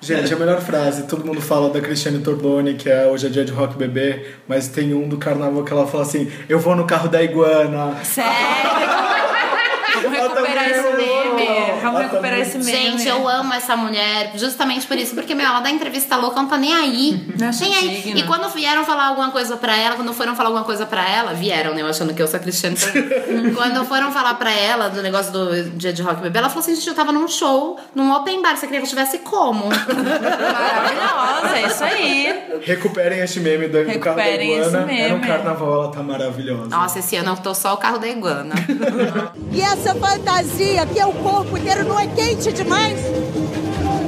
Gente, a melhor frase, todo mundo fala da Cristiane Torlone, que é hoje é dia de rock bebê, mas tem um do carnaval que ela fala assim: eu vou no carro da iguana. Sério? Vamos Ela tá recuperar esse muito meme. louca. Vamos Ela tá recuperar muito- esse meme. Gente, eu amo essa mulher, justamente por isso, porque, meu, ela dá entrevista louca, não tá nem aí. Não acho nem aí. digna. E quando vieram falar alguma coisa pra ela, quando foram falar alguma coisa pra ela, vieram, né? Eu achando que eu sou a Cristiane. Torlone. quando foram falar pra ela do negócio do dia de rock bebê, ela falou assim: gente, eu tava num show, num open bar, você queria que eu tivesse como? Maravilhosa, é isso aí. Recuperem este meme do, do carro da Recuperem esse iguana. Era um meme. carnaval, ela tá maravilhosa. Nossa, esse ano eu tô só o carro da iguana. E essa fantasia que é o corpo inteiro não é quente demais?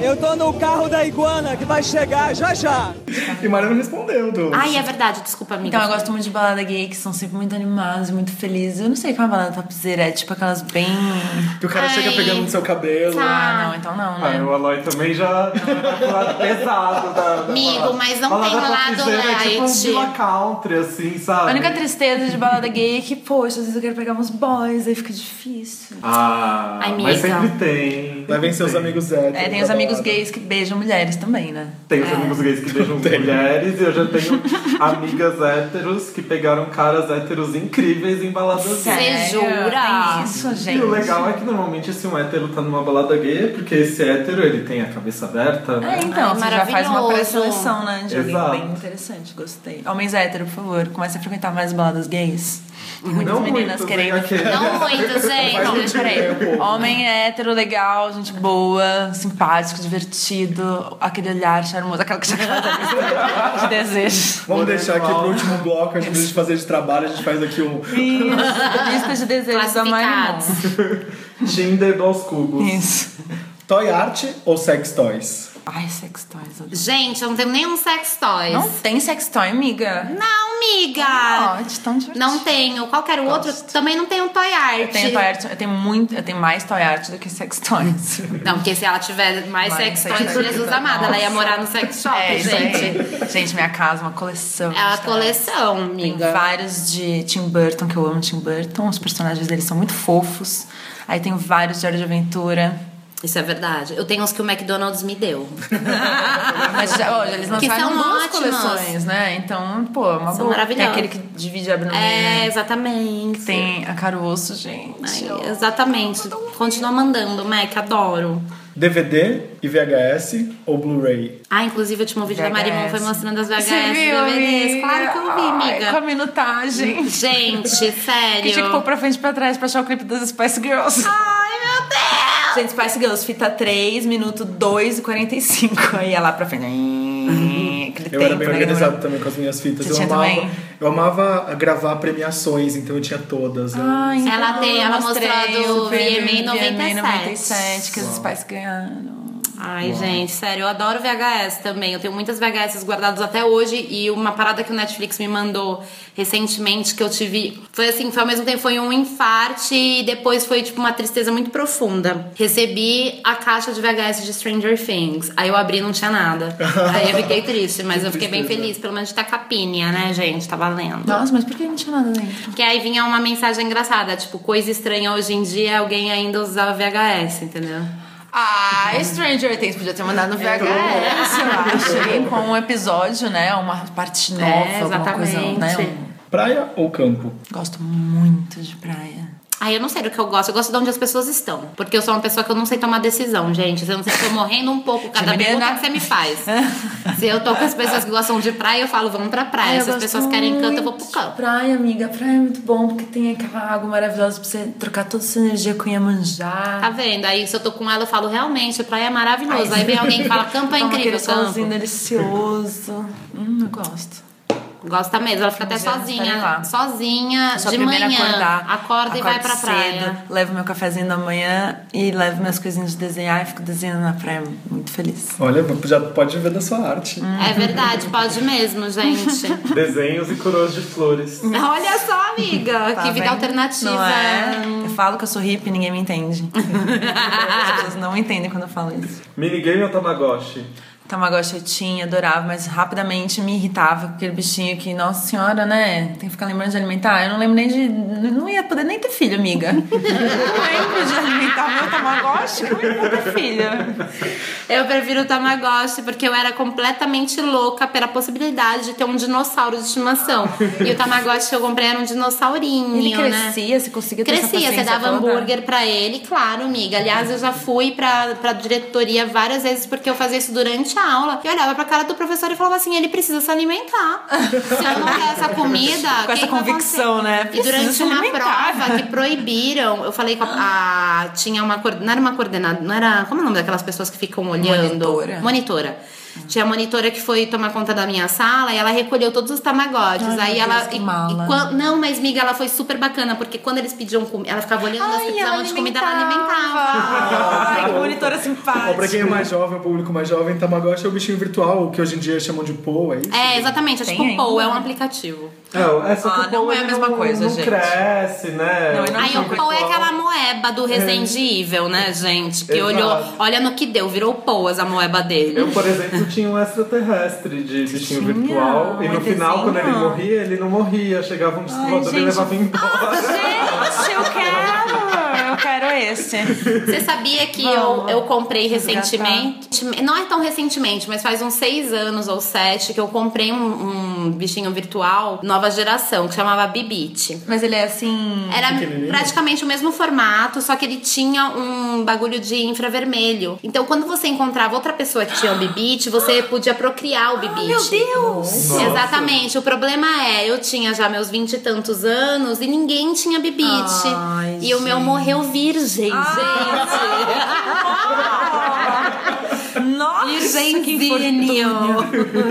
Eu tô no carro da iguana que vai chegar já já. E Maria não respondeu, do. Ai, é verdade, desculpa, amiga. Então, eu gosto muito de balada gay, que são sempre muito animadas, e muito felizes. Eu não sei qual é uma balada topzera, é tipo aquelas bem... é Que o cara chega Ai. pegando no seu cabelo. Ah, não, então não, Ah, né? o Aloy também já vai pro <laughs> lado pesado da. da Amigo, balada. mas não Balada tem pra lado piseira É tipo um light. Villa Country, assim, sabe? A única tristeza de balada gay é que, poxa, às vezes eu quero pegar uns boys, aí fica difícil. Ah, Ai, mas amiga. sempre tem. Levem sempre seus tem. amigos héteros. tá É, tem pra os amigos balada. gays que beijam mulheres também, né? Tem É. os amigos gays que beijam mulheres e eu já tenho amigas héteros que pegaram caras héteros incríveis em baladas gays. Sério? jura? Tem isso, gente. E o legal é que normalmente se um hétero tá numa balada gay, é porque esse hétero ele tem a cabeça aberta, É, né? então, Ai, você já faz uma maravilhoso. pré-seleção, né? De alguém Exato. bem interessante, gostei. Homens hétero, por favor, comece a frequentar mais baladas gays. É, Muitas Não meninas muitos, querendo. né, aquele. Não muito, é Não, gente. peraí. Homem hétero, legal, gente boa, simpático, divertido, aquele olhar charmoso, aquela que já de desejo. Vamos deixar aqui pro último bloco, a gente precisa fazer de trabalho, a gente faz aqui um. Isso, lista de desejos da Marimon. Classificados. Tinder dos cubos. Isso. Toy art ou sex toys? Ai, sex toys. eu- Gente, eu não tenho nenhum sex toys. Não tem sex toy, amiga? Não, amiga. Pode, tão divertido. Não tenho. Qualquer outro também não tenho toy art. Eu tenho toy art, eu tenho muito, eu tenho mais toy art do que sex toys. Não, porque se ela tiver mais Vai, sex sex toys, toy. Jesus amado, ela ia morar no sex shop, É, isso aí. Ah, gente. Gente, minha casa, uma coleção. É uma de toy art. coleção, Tem amiga. vários de Tim Burton, que eu amo Tim Burton. Os personagens dele são muito fofos. Aí tem vários de Hora de Aventura. Isso é verdade. Eu tenho uns que o McDonald's me deu. Mas já, ó, já eles Que lançaram são duas ótimas. coleções, né? Então, pô, é uma São boa. Tem maravilhosas. aquele que divide e abre no meio. É, né? exatamente. Tem a cara osso, gente. Ai, Eu- exatamente. Continua mandando, Mac, adoro. DVD e VHS ou Blu-ray? Ah, inclusive o último vídeo da VHS. Marimon foi mostrando as VHS Você viu, DVDs. amiga? Claro que eu vi, Ai, tipo, amiga. Com a minutagem. <laughs> Gente, Que tinha que pôr sério. pra frente e pra trás pra achar o clipe das Spice Girls. Ai, meu Deus! Gente, Spice Girls, fita 3, minuto 2 e 45. Aí é lá pra frente. Uhum. Aquele né? Eu era bem organizado também com as minhas fitas. Você Eu tinha amava, também? eu amava gravar premiações, então eu tinha todas. Ah. né? então Ela tem- ela mostrou a do VMA 97, que as Spice ganharam. Ai, gente, sério, eu adoro VHS também. Eu tenho muitas VHS guardadas até hoje e uma parada que o Netflix me mandou recentemente que eu tive, foi assim, foi ao mesmo tempo foi um infarte e depois foi tipo uma tristeza muito profunda. Recebi a caixa de VHS de Stranger Things. Aí eu abri e não tinha nada. Aí eu fiquei triste, mas eu fiquei bem feliz, pelo menos de tá capinha, né, gente? Tá valendo. Nossa, mas por que não tinha nada dentro? Que aí vinha uma mensagem engraçada, tipo, coisa estranha hoje em dia, alguém ainda usava VHS, entendeu? Ah, Stranger Things podia ter mandado no VHS, É, eu acho. E Com um episódio, né? Uma parte nova, É, alguma coisa. Né? exatamente. um- Praia ou campo? Gosto muito de praia. Aí eu não sei do que eu gosto, eu gosto de onde as pessoas estão. Porque eu sou uma pessoa que eu não sei tomar decisão, gente. Eu não sei se eu tô morrendo um pouco cada Geminiana. pergunta que você me faz. se eu tô com as pessoas que gostam de praia, eu falo, vamos pra praia. Ai, eu se gosto as Ah, pessoas querem canto, eu vou pro muito de campo. Praia, amiga, praia é muito bom porque tem aquela água maravilhosa pra você trocar toda essa energia com Iemanjá. Tá vendo? Aí se eu tô com ela, eu falo, realmente, praia é maravilhoso. Ai, Aí vem alguém que fala, campo Toma é aquele incrível, solzinho né? campo. delicioso. Hum, eu gosto. Gosta mesmo, ela fica até Um dia estarei sozinha. lá. Sozinha, Eu sou a de É primeira manhã. a acordar. Acorda e Acordo vai pra cedo, praia. Levo meu cafezinho da manhã e levo minhas coisinhas de desenhar e fico desenhando na praia muito feliz. Olha, já pode viver da sua arte. Hum. É verdade, pode mesmo, gente. <laughs> Desenhos e coroas de flores. Olha só, amiga, Tá que vida vendo? alternativa. Não é? Eu falo que eu sou hippie e ninguém me <laughs> entende. As pessoas não entendem quando eu falo isso. Minigame ou Tamagotchi? Tamagotchi eu tinha, adorava, mas rapidamente me irritava com aquele bichinho que, nossa senhora, né? Tem que ficar lembrando de alimentar. Eu não lembro nem de. Não ia poder nem ter filho, <laughs> amiga. não lembro de alimentar meu Tamagotchi, como eu vou ter filho? Eu prefiro o Tamagotchi porque eu era completamente louca pela possibilidade de ter um dinossauro de estimação. E o Tamagotchi que eu comprei era um dinossaurinho, Ele né? crescia, você conseguia ter essa Crescia, você paciência dava toda? hambúrguer pra ele, claro, amiga. Aliás, eu já fui pra, pra diretoria várias vezes porque eu fazia isso durante a aula. E eu olhava pra cara do professor e falava assim: ele precisa se alimentar. Se eu não der essa comida. Com essa quem vai convicção, fazer?" né? E Precisa durante se uma alimentar. prova que proibiram, eu falei com a. a- tinha uma. coorden- Não era uma coordenada, não era. Como é o nome daquelas pessoas que ficam olhando? Monitora. Monitora. Tinha a monitora que foi tomar conta da minha sala e ela recolheu todos os tamagotes. Ai, meu aí Deus, ela. que e- e mala. quan- não, mas miga, ela foi super bacana, porque quando eles pediam comida, ela ficava olhando, elas Ai, precisavam ela de comida, ela alimentava. alimentava. Ai, que monitora Ó, pra simpática. quem é mais jovem, o público mais jovem, Tamagotchi é o bichinho virtual, o que hoje em dia chamam de Poe, é isso? É, exatamente, é Tem tipo ainda? Pou, é um aplicativo. Não, é só que Ah, o não pão, é a ele mesma não- coisa, não gente. cresce, né? Não, ele não Aí o Pou é aquela moeba do Resident Evil, né, gente? Que olhou, Exato. olha no que deu, virou Pouas a moeba dele. Eu, por exemplo, tinha um extraterrestre de bichinho virtual. um E no final, quando ele ETzinho. morria, ele não morria. Chegava um Ai, ah, psicólogo e gente. levava embora. Gente, eu quero! Eu quero quero esse. Você sabia que eu, Vamos. eu comprei Resgatar. recentemente? Não é tão recentemente, mas faz uns seis anos ou sete que eu comprei um, um bichinho virtual nova geração que chamava Bibite. Mas ele é assim. Era Pequenininho. praticamente o mesmo formato, só que ele tinha um bagulho de infravermelho. Então, quando você encontrava outra pessoa que tinha o bibite, você podia procriar o bibite. Meu Deus! Nossa. Exatamente. O problema é, eu tinha já meus vinte e tantos anos e ninguém tinha bibite. Ai, e o meu gente. morreu virgem, Nossa, gente. Virgínio.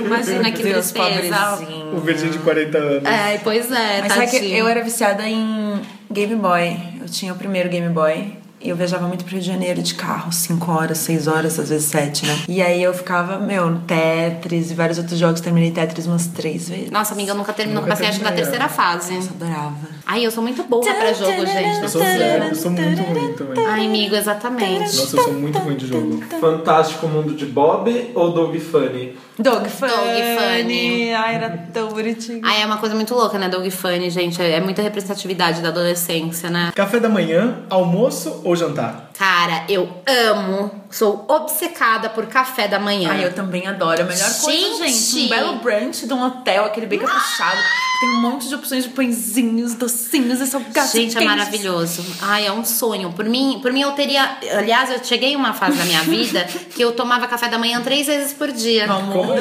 Imagina que Deus, tristeza. pobrezinho. O virgem de 40 anos. É, pois é, Mas sabe tadinho. que eu era viciada em Game Boy. Eu tinha o primeiro Game Boy. E eu viajava muito pro Rio de Janeiro de carro, 5 horas, 6 horas, às vezes 7, né? E aí eu ficava, meu, no Tetris e vários outros jogos. Terminei Tetris umas 3 vezes. Nossa, amiga, eu nunca terminou. Nunca Passei acho que na terminei, terceira fase. Adorava. Ai, eu sou muito boa pra jogo, gente. Eu sou zero, eu sou muito ruim também. Ai, amigo, exatamente. Nossa, eu sou muito ruim de jogo. tá. Fantástico Mundo de Bob ou Doug Funny? Dog Funny. Dog Funny. Ai, era tão bonitinho. Ai, é uma coisa muito louca, né? Dog Funny, gente. É é muita representatividade da adolescência, né? Café da manhã, almoço ou jantar? Cara, eu amo. Sou obcecada por café da manhã. Ai, eu também adoro. A melhor coisa, é. Gente! gente. Um belo brunch de um hotel, aquele bem caprichado. Tem um monte de opções de pãezinhos, docinhos e salgados. Gente, é quentes. maravilhoso. Ai, é um sonho. Por mim, por mim, eu teria. Aliás, eu cheguei em uma fase da minha <laughs> vida que eu tomava café da manhã três vezes por dia. Amor,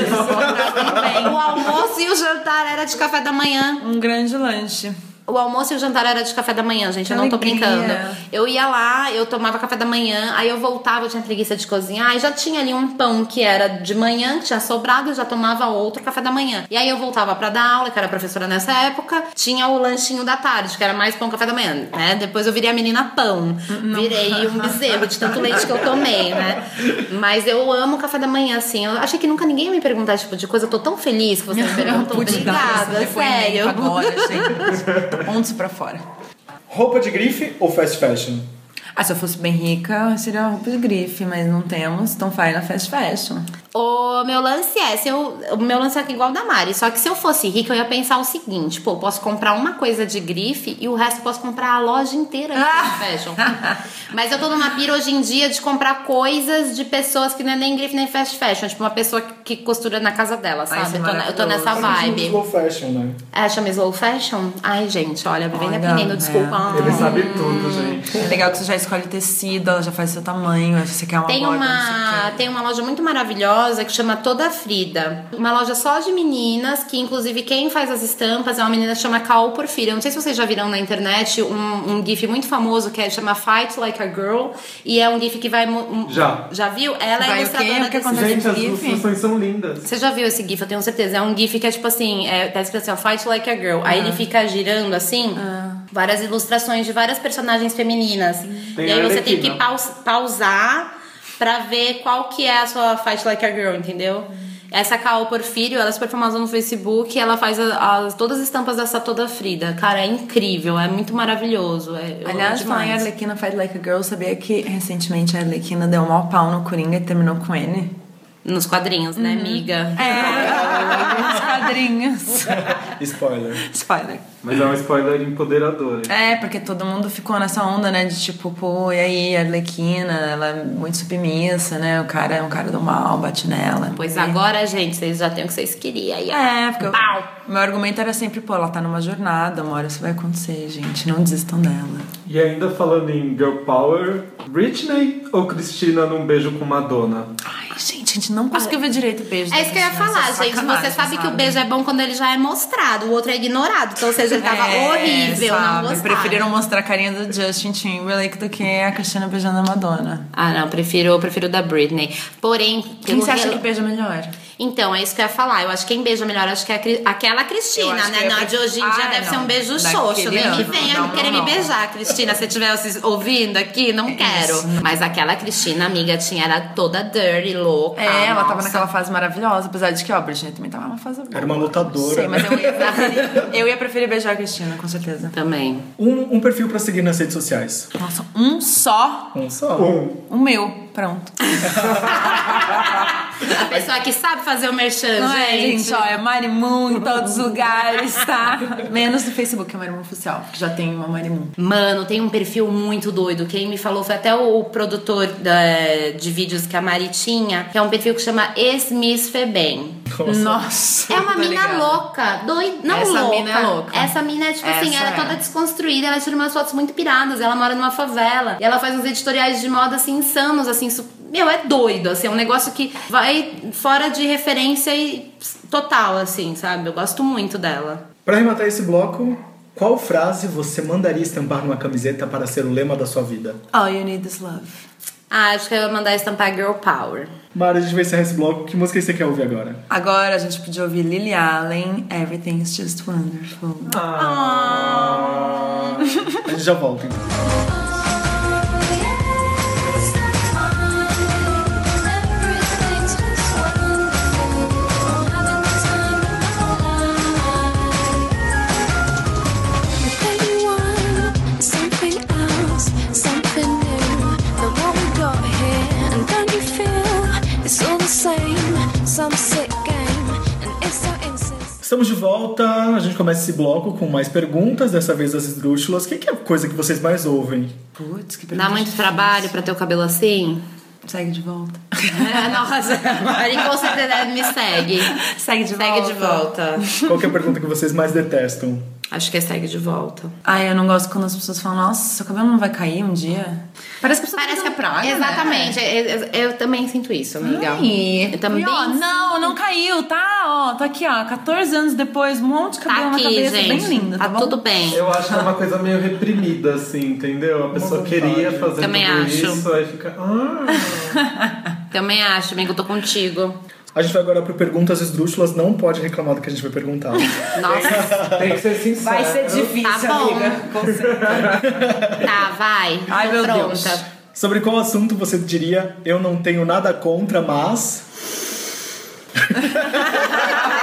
O almoço e o jantar era de café da manhã. um grande lanche. O almoço e o jantar era de café da manhã, gente. Que eu não tô alegria. brincando. Eu ia lá, eu tomava café da manhã, aí eu voltava, eu tinha preguiça de cozinhar, e já tinha ali um pão que era de manhã, que tinha sobrado, eu já tomava outro café da manhã. E aí eu voltava pra dar aula, que era professora nessa época, tinha o lanchinho da tarde, que era mais pão café da manhã, né? Depois eu virei a menina pão. Uhum. <laughs> Virei um bezerro de tanto leite que eu tomei, né? Mas eu amo café da manhã, assim. Eu achei que nunca ninguém ia me perguntar esse tipo de coisa. Eu tô tão feliz que você <laughs> me perguntou. pude dar esse Obrigada, depoimento sério. Agora, gente. <laughs> Pontos pra fora. Roupa de grife ou fast fashion? Ah, se eu fosse bem rica, seria uma roupa de grife, mas não temos, então vai na fast fashion. O meu lance é, se eu, o meu lance é igual o da Mari, só que se eu fosse rica, eu ia pensar o seguinte, pô, eu posso comprar uma coisa de grife e o resto eu posso comprar a loja inteira de Ah! fast fashion. <laughs> Mas eu tô numa pira hoje em dia de comprar coisas de pessoas que não é nem grife nem fast fashion, tipo uma pessoa que que costura na casa dela, sabe? isso é eu, tô, na- eu tô nessa maravilhoso. vibe. Slow fashion, né? É, chama slow fashion? Ai, gente, olha, vem Olha, aprendendo, é. desculpa. Ele sabe tudo, gente. É legal que você já escolhe o tecido, ela já faz seu tamanho, aí você quer uma Tem borda, uma, não sei o quê. tem uma loja muito maravilhosa que chama Toda Frida. Uma loja só de meninas, que inclusive quem faz as estampas é uma menina que chama Cal Porfírio. Eu Não sei se vocês já viram na internet um, um GIF muito famoso que é, chama Fight Like a Girl. E é um GIF que vai. mu- um- Já. Já viu? Ela Vai é o quê? ilustradora O que desse acontece? Gente, as Grife? ilustrações são lindas. você já viu esse GIF, eu tenho certeza. É um GIF que é tipo assim, é, tá escrito assim, ó, Fight Like a Girl. Ah. Aí ele fica girando assim, várias ilustrações de várias personagens femininas. Tem e aí a você tem que Arlequina. paus- pausar pra ver qual que é a sua Fight Like a Girl, entendeu? Hum. Essa Cal Porfírio, ela é super famosa no Facebook, ela faz a- as- todas as estampas dessa toda Frida. Cara, é incrível, é muito maravilhoso. É, eu Aliás, amo falando em demais. Arlequina Fight Like a Girl, sabia que recentemente a Arlequina deu um mau pau no Coringa e terminou com ele? Nos quadrinhos, Uhum. né, amiga? É, <laughs> os quadrinhos. Spoiler. <laughs> Spoiler. Mas é um spoiler empoderador. hein? É, porque todo mundo ficou nessa onda, né? De tipo, pô, e aí, a Arlequina, ela é muito submissa, né? O cara é um cara do mal, bate nela. Pois é. agora, gente, vocês já têm o que vocês queriam. aí, ó. É, porque eu- Pau! meu argumento era sempre, pô, ela tá numa jornada, uma hora isso vai acontecer, gente. Não desistam dela. E ainda falando em Girl Power, Britney ou Cristina num beijo com Madonna? Ai, gente, a gente não conseguiu ver direito o beijo. É da isso que eu ia Cristina, falar, essa gente. Você sacanagem, sabe que o beijo é bom quando ele já é mostrado, o outro é ignorado. Então, ou seja, ele tava É, horrível, sabe? não gostaram. Preferiram mostrar a carinha do Justin Timberlake do que a Cristina beijando a Madonna. Ah, não, prefiro, eu prefiro o da Britney. Porém, Quem pelo você acha rel- que beija melhor? Então, é isso que eu ia falar. Eu acho que quem beija melhor, acho que é a Cri- aquela Eu Cristina, acho que né? eu Não, a de hoje em dia prefiro- Ah, deve não. ser um beijo Daquele xoxo. Nem que ano, venha não, querer não, É me não. beijar, Cristina. Se estiver vocês ouvindo aqui, não quero. Mas aquela Cristina, amiga, tinha, era toda dirty, louca. É, ela tava nossa. naquela fase maravilhosa, apesar de que, ó, a Britney também tava numa fase boa. Era uma né? lutadora. Sei, mas eu ia, preferir, eu ia <laughs> preferir beijar a Cristina, com certeza. <laughs> Também. Um, um perfil pra seguir nas redes sociais. Nossa, um só, Um só. Um. o meu. Pronto. A pessoa que sabe fazer o merchan, Não é, gente. gente, ó, é Marimun em todos os lugares, tá? <laughs> Menos no Facebook, é Marimun Oficial, que já tem uma Marimun. Mano, tem um perfil muito doido. Quem me falou foi até o, o produtor da- de vídeos que a Mari tinha, que é um perfil que chama Ex-Miss Febem. Nossa. É uma tô mina ligada. louca, doida. Não Essa louca. mina é louca. Essa mina é, tipo assim, Essa ela é é. toda desconstruída, ela tira umas fotos muito piradas, ela mora numa favela. E ela faz uns editoriais de moda, assim, insanos, assim, su- meu, é doido, assim, é um negócio que vai fora de referência e total, assim, sabe? Eu gosto muito dela. Pra arrematar esse bloco, qual frase você mandaria estampar numa camiseta para ser o lema da sua vida? All you need is love. Ah, acho que eu ia mandar estampar Girl Power. Mari, a gente vai encerrar esse bloco. Que música você quer ouvir agora? Agora a gente podia ouvir Lily Allen, Everything's Just Wonderful. A gente já volta. então. Something else, something new than what we got here. And don't you feel it's all the same? Some sick game, and it's so insistent. Estamos de volta. A gente começa esse bloco com mais perguntas. Dessa vez das esdrúxulas. O que que é a coisa que vocês mais ouvem? Putz, que Dá pergunta muito difícil. trabalho pra ter o cabelo assim? Segue de volta. <laughs> Nossa, Mari com certeza me segue. Segue de Segue volta. de volta. Qual que é a pergunta que vocês mais detestam? Acho que é segue de volta. Ai, eu não gosto quando as pessoas falam, nossa, seu cabelo não vai cair um dia. Parece que a pessoa Parece que tá dando é praga, Exatamente. Eu, eu- eu também sinto isso, amiga. Ai. Eu também. E, ó, não, não caiu, tá? Ó, tá aqui, ó, 14 anos depois, um monte de cabelo Tá na aqui, cabeça, gente. bem lindo, tá, tá bom? tudo bem. Eu acho que é uma coisa meio reprimida, assim, entendeu? A pessoa queria fazer Também tudo acho. isso, aí fica. "Ah". Também acho, amigo, eu tô contigo. A gente vai agora para perguntas esdrúxulas. Não pode reclamar do que a gente vai perguntar. <laughs> Nossa, Tem que ser sincero. Vai ser difícil, Tá bom. amiga. Com certeza. tá, vai. Ai, Tô meu pronta. Deus. Sobre qual assunto você diria eu não tenho nada contra, <laughs> mas.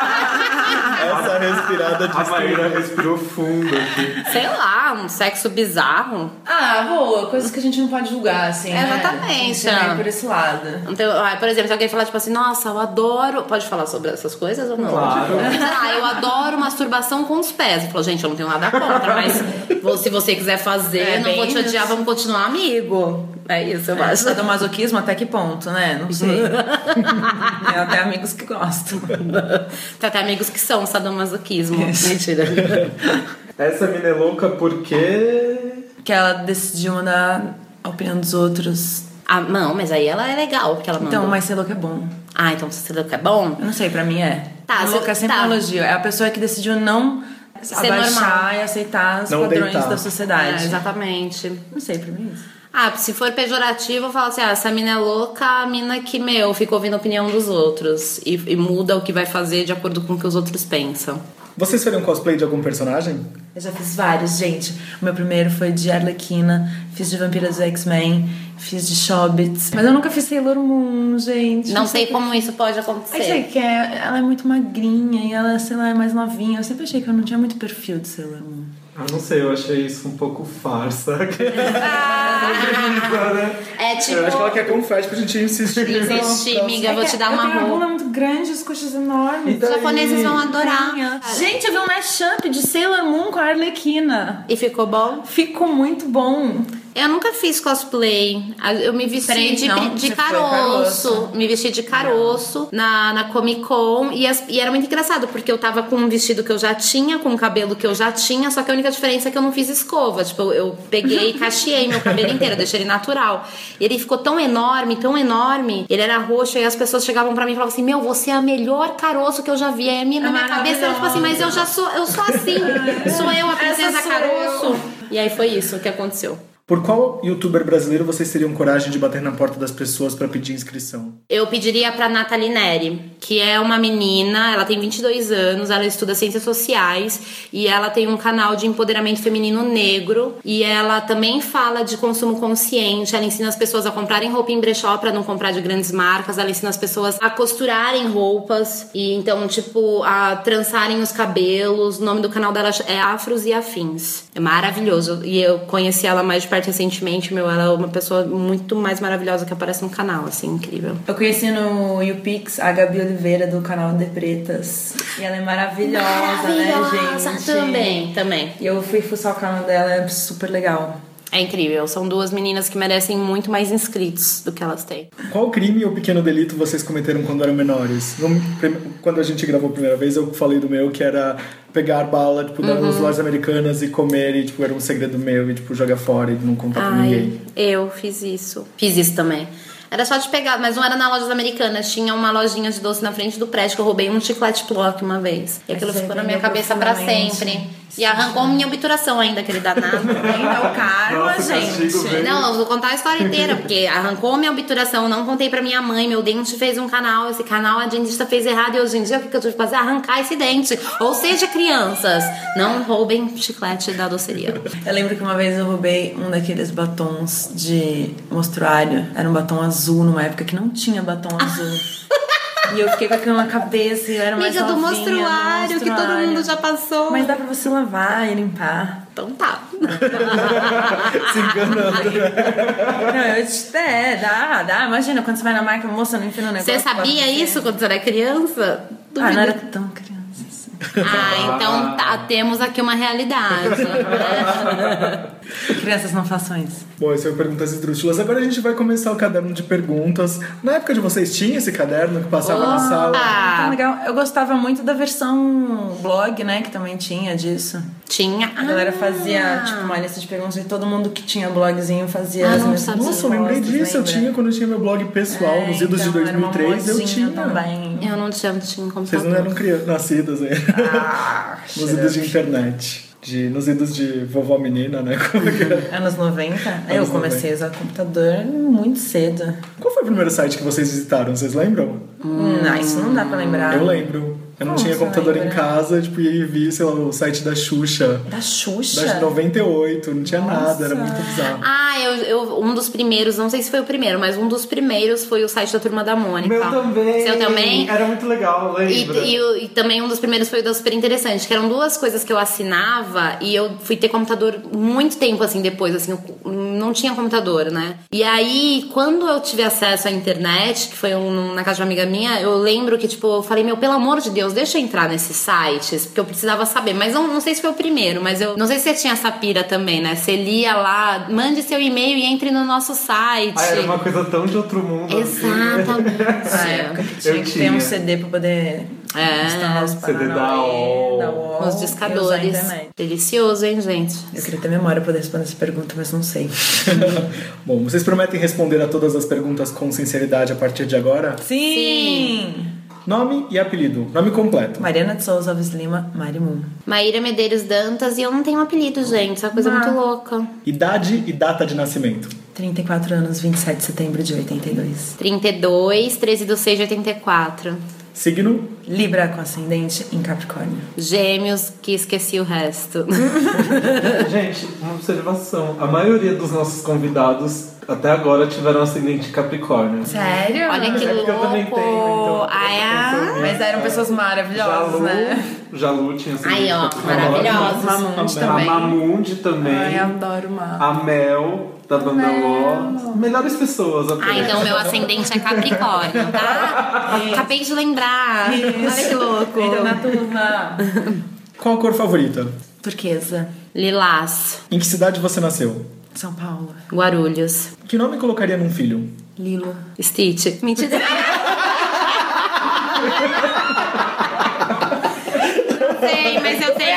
Essa respirada de A Maíra respirou fundo aqui. Sei lá, um sexo bizarro. Ah, boa, coisas que a gente não pode julgar, assim. né? Exatamente. A gente vai por esse lado. Então, ah, por exemplo, se alguém falar tipo assim, nossa, eu adoro. Pode falar sobre essas coisas ou não? Claro. Sei lá, eu adoro masturbação com os pés. Eu falo, gente, eu não tenho nada contra, mas vou- se você quiser fazer, É, não vou bem te odiar, isso. vamos continuar amigo. É isso, eu acho. Mas do masoquismo até que ponto, né? Não sei. <laughs> Tem até amigos que gostam. Tem até amigos que são sadomasoquismo. Isso. Mentira. Essa mina é louca porque. Que ela decidiu mandar a opinião dos outros. ah, não, mas aí ela é legal, porque ela mandou. Então, mas ser louco é bom. Ah, então você deu que é bom? Eu não sei, pra mim é. Tá, louco é cê- sempre tá. é um elogio. É a pessoa que decidiu não abaixar normal. e aceitar os Não padrões deitar. da É, sociedade. exatamente. não sei, pra mim é isso. Ah, se for pejorativo, eu falo assim: ah, essa mina é louca, a mina que, meu, fica ouvindo a opinião dos outros e, e muda o que vai fazer de acordo com o que os outros pensam. Vocês fariam cosplay de algum personagem? Eu já fiz vários, gente. O meu primeiro foi de Arlequina, fiz de Vampiras do X-Men, fiz de Shobits. Mas eu nunca fiz Sailor Moon, gente. Não sei como isso pode acontecer. Aí sei que é, ela é muito magrinha e ela, sei lá, é mais novinha. Eu sempre achei que eu não tinha muito perfil de Sailor Moon. Ah, não sei, eu achei isso um pouco farsa. <laughs> Ah. Brinca, né? É Eu acho que ela tipo, quer confete pra gente insistir. insistir, amiga, eu vou te dar uma É Eu tenho roupa. bunda muito grande, as coxas enormes. Então- Os japoneses vão adorar. Gente, eu vi um mashup de Sailor Moon com a Arlequina. E ficou bom? Ficou muito bom. Eu nunca fiz cosplay. A- Eu me vesti Diferente, de, não? de Você foi caroço. caroço. Me vesti de caroço na, na Comic Con. E, as- e era muito engraçado, porque eu tava com um vestido que eu já tinha, com um cabelo que eu já tinha, só que a única diferença é que eu não fiz escova. Tipo, eu, eu peguei <laughs> e cacheei meu cabelo inteiro, eu deixei ele natural. E ele ficou tão enorme, tão enorme. Ele era roxo, e as pessoas chegavam pra mim e falavam assim: Meu, você é a melhor caroço que eu já vi. Aí a minha, na É minha cabeça era tipo assim: Mas eu já sou, eu sou <laughs> assim. sou eu a princesa sou caroço. E aí foi isso que aconteceu. Por qual youtuber brasileiro vocês teriam coragem de bater na porta das pessoas pra pedir inscrição? Eu pediria pra Nathalie Neri, que é uma menina, ela tem 22 anos, ela estuda ciências sociais e ela tem um canal de empoderamento feminino negro e ela também fala de consumo consciente, ela ensina as pessoas a comprarem roupa em brechó pra não comprar de grandes marcas, ela ensina as pessoas a costurarem roupas e então tipo a trançarem os cabelos. O nome do canal dela é Afros e Afins. É maravilhoso e eu conheci ela mais de perto recentemente, meu, ela é uma pessoa muito mais maravilhosa que aparece no canal, assim, incrível. Eu conheci no YouPix a Gabi Oliveira do canal De Pretas. E ela é maravilhosa, né, gente? também, também. E eu fui fuçar o canal dela, é super legal. É incrível, são duas meninas que merecem muito mais inscritos do que elas têm. Qual crime ou pequeno delito vocês cometeram quando eram menores? No prim- quando a gente gravou a primeira vez, eu falei do meu, que era pegar bala, tipo, Uhum. dar nas lojas americanas e comer, e, tipo, era um segredo meu, e, tipo, jogar fora e não contar pra Ai, ninguém. eu fiz isso. Fiz isso também. Era só de pegar, mas não era na loja americana. Tinha uma lojinha de doce na frente do prédio que eu roubei um chiclete block uma vez. E aquilo Mas você ficou na minha vendeu cabeça pra profundamente. sempre. E arrancou minha obturação ainda, aquele danado. <laughs> Ainda o karma, Nossa, castigo gente. veio. Não, eu vou contar a história inteira, porque arrancou minha obturação, não contei pra minha mãe, meu dente fez um canal, esse canal a dentista fez errado e hoje em dia o que, que eu tive que fazer? Arrancar esse dente. Ou seja, crianças, não roubem chiclete da <laughs> doceria. Eu lembro que uma vez eu roubei um daqueles batons de mostruário. Era um batom azul numa época que não tinha <laughs> batom azul. e eu fiquei com aquilo na cabeça e eu era mais Amiga do novinha, do mostruário, que todo mostruário. mundo já passou. Mas dá pra você lavar e limpar. Então tá. Se enganando. Não, eu te... É, dá, dá. Imagina, quando você vai na marca, moça, não enfia no negócio. Você sabia bota- isso quando você era criança? Ah, não era Duvido. tão criança assim. Ah, então tá, temos aqui <laughs> uma realidade. Crianças não façam isso. Bom, esse foi o Perguntas Esdrúxulas. Agora a gente vai começar o caderno de perguntas. Na época de vocês, tinha esse caderno que passava na sala? Então, Ah, legal. Eu gostava muito da versão blog, né? Que também tinha disso. tinha. A galera Ah. fazia, tipo, uma lista de perguntas e todo mundo que tinha blogzinho fazia Ah, as não mesmas sabia. Nossa, eu lembrei respostas, disso. Eu lembra? tinha quando eu tinha meu blog pessoal, É, nos idos de então, era uma 2003, eu modinha tinha. Também. Eu não tinha, não tinha computador. Vocês não eram crianças, nascidas ainda. nos idos de internet. De, nos idos de vovó menina, né? <laughs> Como é que era? Anos 90? eu Anos comecei a usar computador muito cedo. Qual foi o primeiro site que vocês visitaram? Vocês lembram? Não, Ah, isso não dá pra lembrar. Hum. Eu lembro. Eu não Como tinha você computador em lembra? casa, tipo, e vi, sei lá, o site da Xuxa. Da Da Xuxa? de 98, não tinha nada, era muito bizarro. <laughs> Ah, eu, eu- um dos primeiros, não sei se foi o primeiro, mas um dos primeiros foi o site da Turma da Mônica. Meu também. Então, Seu também? Era muito legal, E, lembra? e o- e também um dos primeiros foi o da Super Interessante, que eram duas coisas que eu assinava e eu fui ter computador muito tempo assim depois, assim, eu não tinha computador, né? E aí, quando eu tive acesso à internet, que foi um- na casa de uma amiga minha, eu lembro que, tipo, eu falei, meu, pelo amor de Deus, deixa eu entrar nesses sites, porque eu precisava saber. Mas não, não sei se foi o primeiro, mas eu não sei se você tinha essa pira também, né? Você lia lá, mande seu e-mail e entre no nosso site. Ah, era uma coisa tão de outro mundo. assim. <laughs> Na Exatamente. época que tinha Eu que ter um tinha. CD pra poder É. instalar os CD Paranauê, da UOL. da UOL, Com os e discadores. usar a internet. Delicioso, hein, gente? Eu queria ter memória pra poder responder essa pergunta, mas não sei. Bom, vocês prometem responder a todas as perguntas com sinceridade a partir de agora? Sim! Nome e apelido. Nome completo. Mariana de Souza Alves Lima, Mari Moon. Maíra Medeiros Dantas e eu não tenho apelido, gente. Isso é uma coisa muito louca. Idade e data de nascimento. 34 anos, 27 de setembro de 82. 32, 13 do 6 de 84. Signo. Libra com ascendente em Capricórnio. Gêmeos, que esqueci o resto. Gente, uma observação. A maioria dos nossos convidados até agora tiveram ascendente em Capricórnio. Sério? Olha que É porque eu também louco. tenho, então. Ai, ah. Mas eram pessoas maravilhosas, Jalu, né? Jalu tinha ascendente Aí, ó, em Capricórnio. maravilhosos. Mamonde A também. Mamundi também. Ai, adoro uma. A Mel, da banda Ló. Melhores pessoas até. Ah, então meu ascendente é Capricórnio, tá? Acabei de lembrar. Olha que louco. Entra Então, na turma. Qual a cor favorita? Turquesa. Lilás, Em que cidade você nasceu? São Paulo. Guarulhos, Que nome colocaria num filho? Lilo. Stitch. Mentira. Não <laughs> sei, mas eu tenho.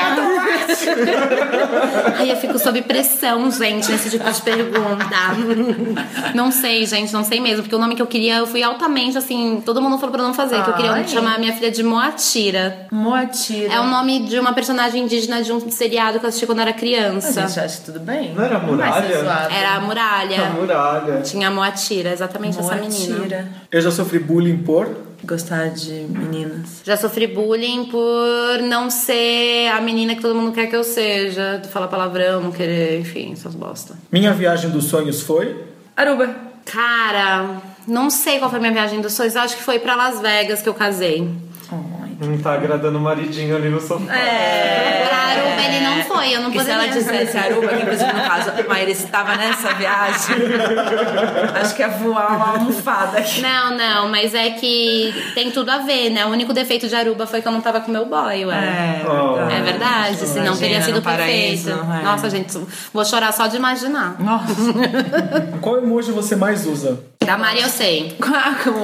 Ai, eu fico sob pressão, gente, nesse tipo de pergunta. Não sei, gente, não sei mesmo. Porque o nome que eu queria, eu fui altamente, assim... Todo mundo falou pra eu não fazer. Que eu queria Ai. chamar minha filha de Moatira. Moatira. É o nome de uma personagem indígena de um seriado que eu assisti quando era A criança. gente acha tudo bem? Não era vai ser muralha? zoado. Era a A Muralha. muralha. Tinha a Moatira, exatamente essa menina. Moatira. Eu já sofri bullying por. Gostar de meninas. Já sofri bullying por não ser a menina que todo mundo quer que eu seja. Falar palavrão, não querer, enfim, essas bosta. Minha viagem dos sonhos foi. Aruba. Cara, não sei qual foi a minha viagem dos sonhos. Acho que foi pra Las Vegas que eu casei. Ai. Hum, Não tá agradando o maridinho ali no sofá. É. Pra Aruba ele não foi, eu não Porque se ela poderia. dissesse "Ah, Aruba, que inclusive no caso a Maíra estava <laughs> nessa viagem, acho que ia voar uma almofada aqui. Não, não, mas é que tem tudo a ver, né? O único defeito de Aruba foi que eu não tava com meu boy, ué. É, verdade, senão Imagina, teria sido no paraíso, perfeito. é. Nossa, gente, vou chorar só de imaginar. <laughs> Nossa, Qual emoji você mais usa? Da Maria eu sei.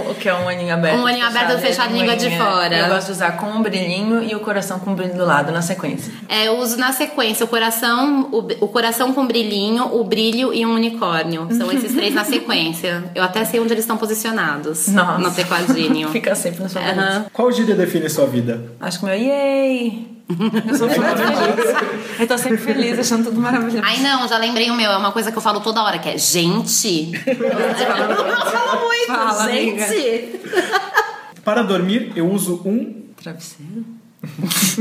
o que é um olhinho aberto? Um olhinho aberto, fechado, e língua de linguinha. fora. né? Eu gosto de usar com um brilhinho e o coração com um brilho do lado, na sequência. É, eu uso na sequência o coração, o, o coração com brilhinho, o brilho e um unicórnio. <laughs> São esses três na sequência. Eu até sei onde eles estão posicionados Nossa. no <laughs> tecladinho. <laughs> Fica sempre no seu bolso. Aham. Qual gíria define sua vida? Acho que o meu, yay! Eu sou muito <laughs> feliz. Eu tô sempre feliz, achando tudo maravilhoso. Ai, não, já lembrei o meu. É uma coisa que eu falo toda hora, que <laughs> é gente. Eu não falo muito, Fala, gente. Para dormir, eu uso um <laughs> Travesseiro?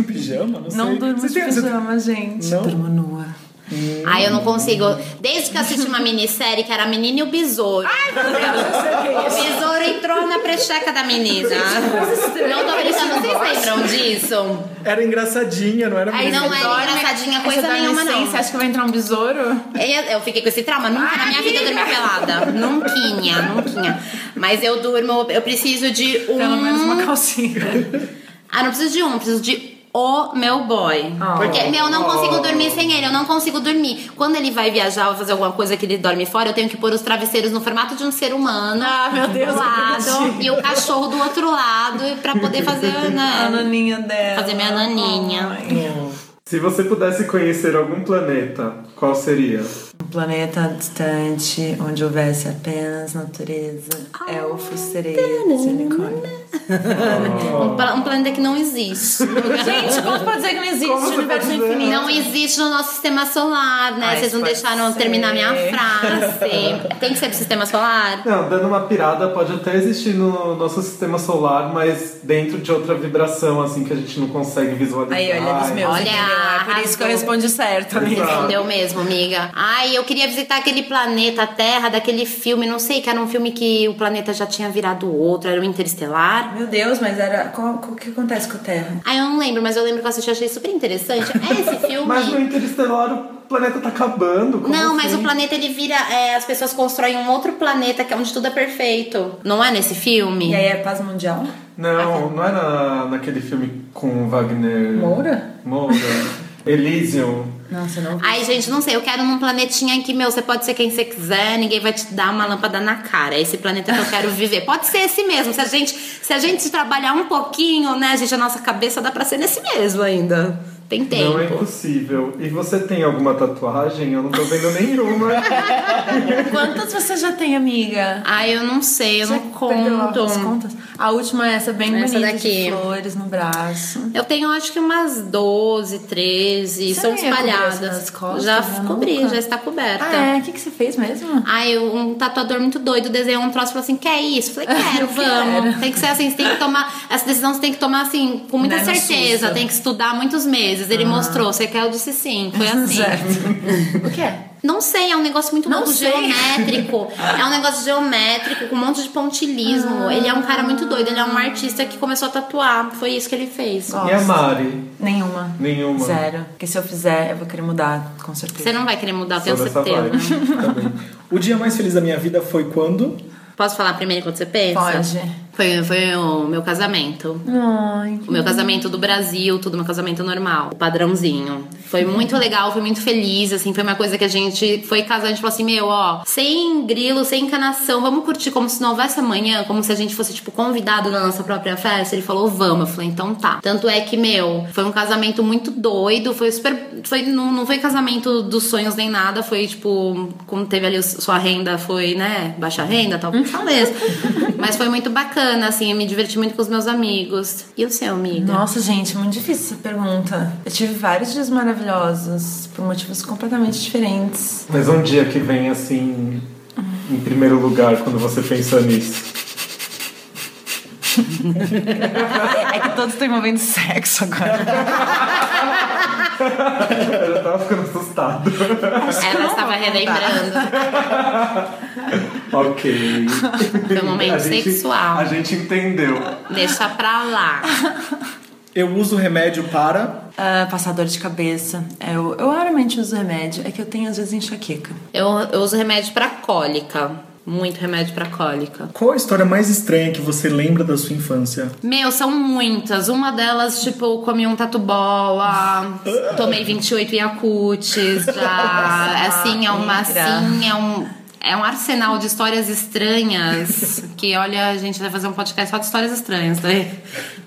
pijama, não, sei. Não durmo Você de tem- você- pijama, gente. Não? Durmo nua. Ai, eu não consigo. Desde que eu assisti uma minissérie que era a menina e o besouro. é o besouro entrou na precheca da menina. é Não tô brincando, vocês lembram disso? Era engraçadinha, não era Ai, mesmo? não era engraçadinha coisa nenhuma, não. É, Você acha que vai entrar um besouro? Eu eu fiquei com esse trauma, nunca na minha vida eu dormi pelada. Nunquinha, nunquinha. Mas eu durmo, eu preciso de um. Pelo menos uma calcinha. Ah, não preciso de um, preciso de o meu boy. Oh. Porque meu, eu não consigo dormir sem ele, eu não consigo dormir. Quando ele vai viajar ou fazer alguma coisa que ele dorme fora, eu tenho que pôr os travesseiros no formato de um ser humano. Ah, meu Deus, Do lado acredito. e o cachorro do outro lado e pra poder fazer, <laughs> A né? naninha dela. Fazer minha naninha. Ai. Se você pudesse conhecer algum planeta, qual seria? Um planeta distante onde houvesse apenas natureza, elfos, sereias, unicórnios. Um, pla- um planeta que não existe. Gente, como pode né? dizer que não existe universo infinito? Não existe no nosso sistema solar, né? Ah, Vocês isso não pode deixaram eu ser. terminar minha frase. Tem que ser do sistema solar? Não, dando uma pirada, pode até existir no nosso sistema solar, mas dentro de outra vibração, assim, que a gente não consegue visualizar. Aí, olha dos meus, Olha, entendeu? É por isso que eu arrasou. respondi certo, amiga. Exato. Respondeu mesmo, amiga. Ai, eu queria visitar aquele planeta Terra daquele filme, não sei, que era um filme que o planeta já tinha virado outro, era um interestelar. Meu Deus, mas era. qual- qual- O que acontece com a Terra? Ai, eu não lembro, mas eu lembro que eu assisti, achei super interessante. É <laughs> esse filme? Mas no Interestelar o planeta tá acabando. como Não, mas assim? o planeta ele vira. é, as pessoas constroem um outro planeta que é onde tudo é perfeito. Não é nesse filme? E aí é paz mundial? Não, não é na, naquele filme com o Wagner. Moura? Moura. Elysium. Nossa, não. Ai, gente, não sei, eu quero num planetinha em que, meu, você pode ser quem você quiser, ninguém vai te dar uma lâmpada na cara. É esse planeta que eu quero viver. Pode ser esse mesmo. Se a gente, se a gente trabalhar um pouquinho, né, gente, a nossa cabeça dá pra ser nesse mesmo ainda. Tem Não é tempo. impossível. E você tem alguma tatuagem? Eu não tô vendo nenhuma. Ah, Quantas você já tem, amiga? Ai, eu não sei, eu Já não perdeu as conto. contas? A última é essa bem Essa bonita daqui. de flores no braço. Eu tenho acho que umas 12, 13, Você são nem ia cobrir espalhadas. nas costas, já né? cobri, Nunca. já está coberta. Ah, é? O que, que você fez mesmo? Aí um tatuador muito doido desenhou um troço e falou assim: quer isso? Eu Falei, <laughs> quero, vamos. Tem que ser assim, você tem que tomar. Essa decisão você tem que tomar assim, com muita Né, no certeza. susto. Ah. Tem que estudar muitos meses. Ele mostrou, você quer? Eu disse sim. <laughs> Foi assim. O que é? Não sei, é um negócio muito Não louco, sei. geométrico. É um negócio geométrico, com um monte de pontilismo. Ah. Ele é um cara muito doido, ele é um artista que começou a tatuar. Foi isso que ele fez. E a Mari? Nenhuma. Nenhuma. Zero. Porque se eu fizer, eu vou querer mudar, com certeza. Você não vai querer mudar, eu tenho Sou dessa certeza. vibe. Também. O dia mais feliz da minha vida foi quando? Posso falar primeiro enquanto você pensa? Pode. Foi, foi o meu casamento. Ai, O meu casamento do Brasil, tudo meu casamento normal, o padrãozinho. Foi muito legal, foi muito feliz, assim, foi uma coisa que a gente foi casar, a gente falou assim, meu, ó, sem grilo, sem encanação, vamos curtir como se não houvesse amanhã, como se a gente fosse, tipo, convidado na nossa própria festa. Ele falou, vamos. Eu falei, então tá. Tanto é que, meu, foi um casamento muito doido, foi super. Foi, não, não foi casamento dos sonhos nem nada, foi tipo, como teve ali o- sua renda, foi, né, baixa renda, tal, talvez. Mas foi muito bacana, assim, eu me diverti muito com os meus amigos. E o seu, amiga? Nossa, gente, muito difícil essa pergunta. Eu tive vários dias maravilhosos, por motivos completamente diferentes. Mas um dia que vem assim, em primeiro lugar, quando você pensa nisso. É que todos estão envolvendo sexo <laughs> agora. Eu já tava ficando assustado. Ela estava relembrando. <laughs> ok. Foi um momento A gente- sexual. A gente entendeu. Deixa pra lá. Eu uso remédio para. Ah, passar dor de cabeça. É, Eu, eu raramente uso remédio, é que eu tenho às vezes enxaqueca. Eu, eu uso remédio pra cólica. Muito remédio pra cólica. Qual a história mais estranha que você lembra da sua infância? Meu, são muitas. Uma delas, tipo, eu comi um tatu bola, tomei 28 Yakutis já. Assim, é uma Mira. assim, é um. É um arsenal de histórias estranhas. Que olha, a gente vai fazer um podcast só de histórias estranhas, tá?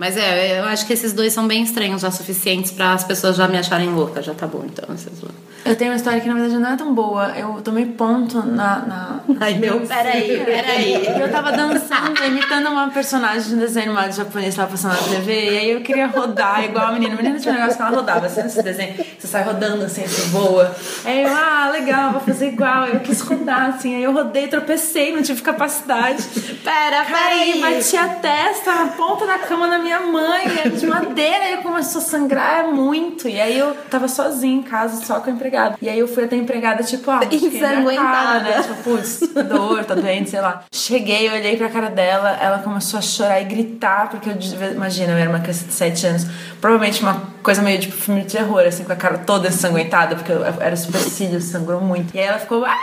Mas é, eu acho que esses dois são bem estranhos, já suficientes pra as pessoas já me acharem louca. Já tá bom, então. Vocês vão. Eu tenho uma história que na verdade não é tão boa. Eu tomei ponto na. na... Ai, meu. Peraí, peraí. Eu tava dançando, imitando uma personagem de um desenho animado japonês que tava passando na TV, e aí eu queria rodar igual a menina. A menina tinha um negócio que ela rodava, assim, nesse desenho, você sai rodando assim, você voa. Aí eu, ah, legal, vou fazer igual. Eu quis rodar, assim, aí eu rodei, tropecei, não tive capacidade. Pera, Aí peraí. bati a testa na ponta da cama da minha mãe, era de madeira, e começou a sangrar muito. E aí eu tava sozinha em casa, só com a empregada. E aí eu fui até a empregada, tipo, ah, fiquei Ensanguentada. engraçada, né? Tipo, putz, dor, tá doente, sei lá. Cheguei, olhei pra cara dela, ela começou a chorar e gritar, porque eu, devia- imagina, eu era uma criança de 7 anos. Provavelmente uma coisa meio tipo filme de terror, assim, com a cara toda ensanguentada, porque eu era super cílio, sangrou muito. E aí ela ficou, ah,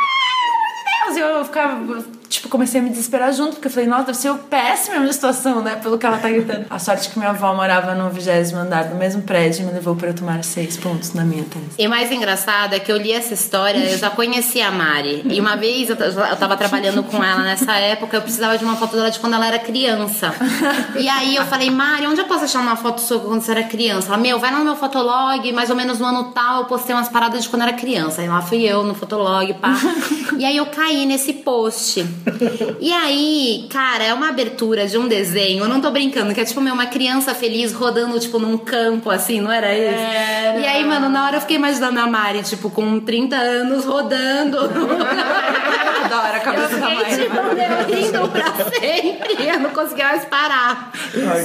Deus, eu, eu ficava. Tipo, comecei a me desesperar junto, porque eu falei, nossa, deve ser péssima a minha situação, né? Pelo que ela tá gritando. A sorte é que minha avó morava no vigésimo andar do mesmo prédio e me levou pra eu tomar seis pontos na minha testa. E o mais engraçado é que eu li essa história, eu já conhecia a Mari. E uma vez eu, t- eu tava trabalhando com ela nessa época, eu precisava de uma foto dela de quando ela era criança. E aí eu falei, Mari, onde eu posso achar uma foto sua quando você era criança? Ela, meu, vai lá no meu fotolog, mais ou menos no ano tal, eu postei umas paradas de quando eu era criança. Aí lá fui eu no fotolog, pá. E aí eu caí nesse post. E aí, cara, é uma abertura de um desenho, eu não tô brincando, que é tipo meu, uma criança feliz rodando, tipo, num campo, assim, não era isso? E aí, mano, na hora eu fiquei imaginando a Mari, tipo, com 30 anos rodando. <laughs> Adoro a Eu cabeça da fiquei, mãe. tipo, meu, rindo pra sempre. Eu não conseguia mais parar.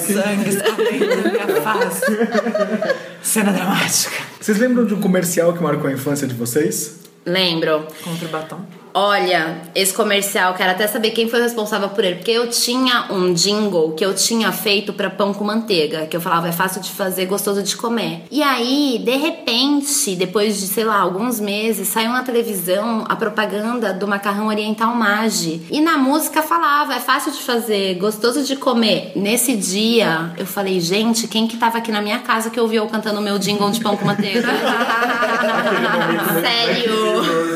Sangue escorrendo na minha face. Cena dramática. Vocês lembram de um comercial que marcou a infância de vocês? Lembro. Contra o batom. Olha, esse comercial, quero até saber quem foi o responsável por ele. Porque eu tinha um jingle que eu tinha feito pra pão com manteiga, que eu falava, é fácil de fazer, gostoso de comer. E aí, de repente, depois de, sei lá, alguns meses, saiu na televisão a propaganda do macarrão oriental Mage. E na música falava, é fácil de fazer, gostoso de comer. Nesse dia, eu falei, gente, quem que tava aqui na minha casa que ouviu eu cantando meu jingle de pão com manteiga? Sério.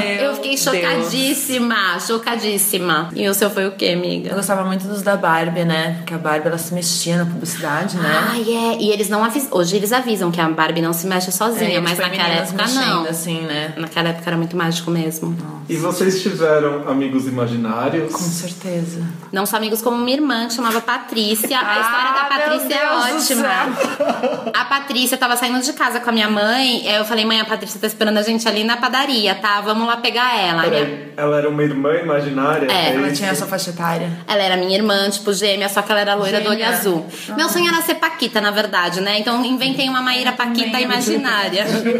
É, Eu fiquei chocadíssima, chocadíssima. E o seu foi o quê, Eu amiga? gostava muito dos da Barbie, né? Porque a Barbie ela se mexia na publicidade, né? Ah, é. E eles não avisam. Hoje eles avisam que a Barbie não se mexe sozinha, É, Ah, mas tipo, naquela meninas época mexendo, não. assim, né? Naquela época era muito mágico mesmo. E vocês tiveram amigos imaginários? Com certeza. Não só amigos como minha irmã, que chamava Patrícia. A história da Ah, meu Patrícia é Deus do ótima. A Patrícia tava saindo de casa com a minha mãe. aí Eu falei, mãe, a Patrícia tá esperando a gente ali na padaria, tá? Vamos lá pegar ela. A minha Peraí, ela era uma irmã imaginária? É, Ela isso? tinha essa faixa etária. Ela era minha irmã, tipo, gêmea, só que ela era loira do olho Gêmea. azul. Meu sonho era ser Paquita, na verdade, né? Então inventei uma Maíra Paquita <laughs> imaginária. Aí tá tem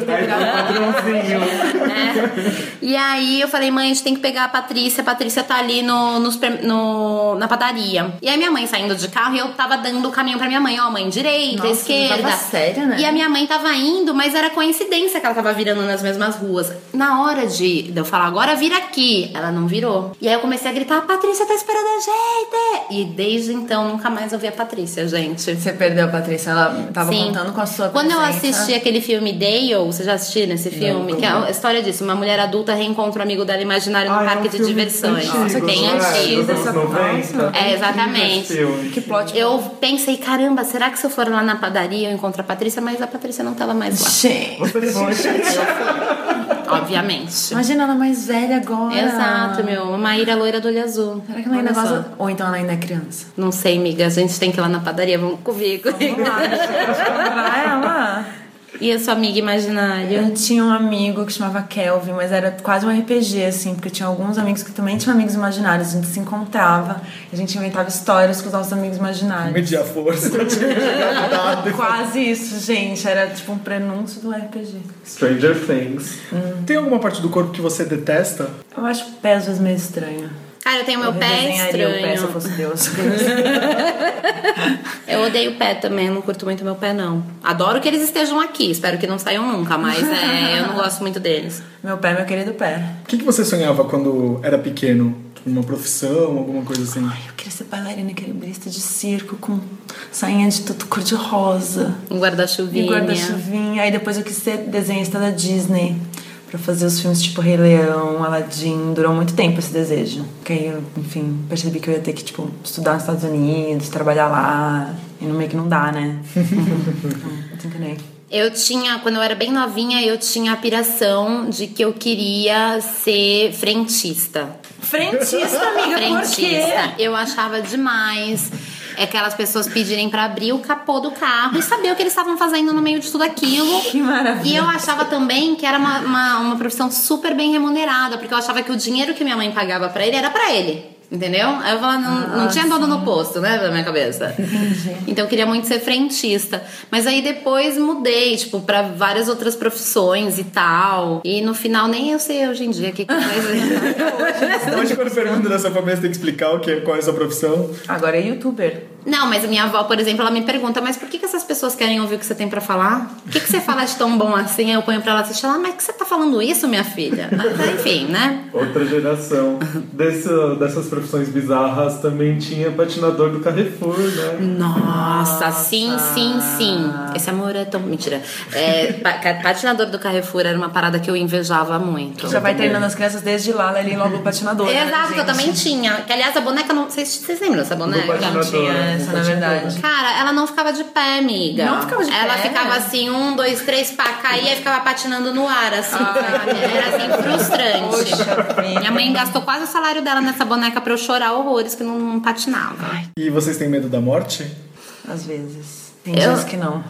um <laughs> padrãozinho. né? E aí eu falei, mãe, a gente tem que pegar a Patrícia. A Patrícia tá ali no, no super- no- na padaria. E aí minha mãe saindo de carro e eu tava dando o caminho pra minha mãe. Ó, mãe, direita, Nossa, esquerda. tava séria, né? E a minha mãe tava indo, mas era coincidência que ela tava virando nas mesmas ruas. Na hora de de eu falar, agora vira aqui, ela não virou. E aí eu comecei a gritar, a Patrícia tá esperando a gente. E desde então nunca mais ouvi a Patrícia, gente. Você perdeu a Patrícia, ela tava contando com a sua Quando eu presença. assisti aquele filme Dale, vocês já assistiram esse filme? que é a história disso: uma mulher adulta reencontra o amigo dela imaginário no Ah, é um parque de filme diversões. antigo, Nossa, Bem que não é? antigo. Dos anos Essa- 90. É, exatamente. Esse filme. Que plot Eu pensei, caramba, será que se eu for lá na padaria eu encontro a Patrícia? Mas a Patrícia não tava mais lá, Gente, Você <laughs> foi. obviamente. imagina ela mais velha agora. Exato, meu. Uma Maíra loira do olho azul. Será que ela ainda gosta? Ou então ela ainda é criança. Não sei, amiga. A gente tem que ir lá na padaria. Vamos comigo. Ah, ela? <laughs> e a sua amiga imaginária? Eu tinha um amigo que chamava Kelvin, mas era quase um RPG, assim, porque tinha alguns amigos que também tinham amigos imaginários. A gente se encontrava, a gente inventava histórias com os nossos amigos imaginários. Medir a <laughs> força. tinha jogado dado. <laughs> Quase isso, gente. Era tipo um prenúncio do RPG. Stranger Things. Tem alguma parte do corpo que você detesta? Eu acho pés às vezes meio estranho. Cara, eu tenho meu pé é desenharia o pé se eu estranho. fosse Deus. <laughs> Eu odeio pé também, não curto muito meu pé, não. Adoro que eles estejam aqui, espero que não saiam nunca, mas é, eu não gosto muito deles. meu pé, meu querido pé. O que, que você sonhava quando era pequeno? Tipo, Uma profissão, alguma coisa assim? Ai, eu queria ser bailarina equilibrista de circo com sainha de tudo cor de rosa. Um E guarda-chuvinha. guarda-chuvinha. Aí depois eu quis ser desenhista da Disney. Pra fazer os filmes tipo Rei Leão, Aladdin. Durou muito tempo esse desejo. Porque aí eu, enfim, percebi que eu ia ter que, tipo, estudar nos Estados Unidos, trabalhar lá. E não meio que não dá, <laughs> né? Então, te enganei. Eu tinha, quando eu era bem novinha, eu tinha a piração de que eu queria ser frentista. Frentista, amiga, por quê? Frentista. Eu achava demais. É aquelas pessoas pedirem pra abrir o capô do carro e saber o que eles estavam fazendo no meio de tudo aquilo. Que maravilha. E eu achava também que era uma, uma, uma profissão super bem remunerada, porque eu achava que o dinheiro que minha mãe pagava pra ele era pra ele. Entendeu? Aí Eu falava, não, não tinha dono no posto, né, na minha cabeça. Então eu queria muito ser frentista. Mas aí depois mudei, tipo, pra várias outras profissões e tal. E no final nem eu sei hoje em dia o que, que faz. Hoje, quando pergunta da sua família, você tem que explicar o que é, qual é a sua profissão. Agora é youtuber. Não, mas a minha avó, por exemplo, ela me pergunta, mas por que, que essas pessoas querem ouvir o que você tem pra falar? O que, que você fala de tão bom assim? Aí eu ponho pra ela assistir, ela, mas que você tá falando isso, minha filha? Mas, enfim, né? Outra geração. Dessa- dessas profissões bizarras também tinha patinador do Carrefour, né? Nossa, sim, sim, sim. Esse amor é tão. Mentira. É, pa- ca- patinador do Carrefour era uma parada que eu invejava muito. Já vai treinando as crianças desde lá, ali logo o patinador. né, Exato, que eu gente? também tinha. Que aliás, a boneca não. Vocês, vocês lembram dessa boneca? Não Patinador, tinha né? essa, na verdade. Cara, ela não ficava de pé, amiga. Não ficava de Ela pé? ficava assim, um, dois, três, pá, caía e ficava patinando no ar, assim, sabe? Era assim, frustrante. Ah. Poxa vida. Minha mãe gastou quase o salário dela nessa boneca pra eu chorar horrores que não, não patinava. E vocês têm medo da morte? Às vezes. Tem Eu- dias que não.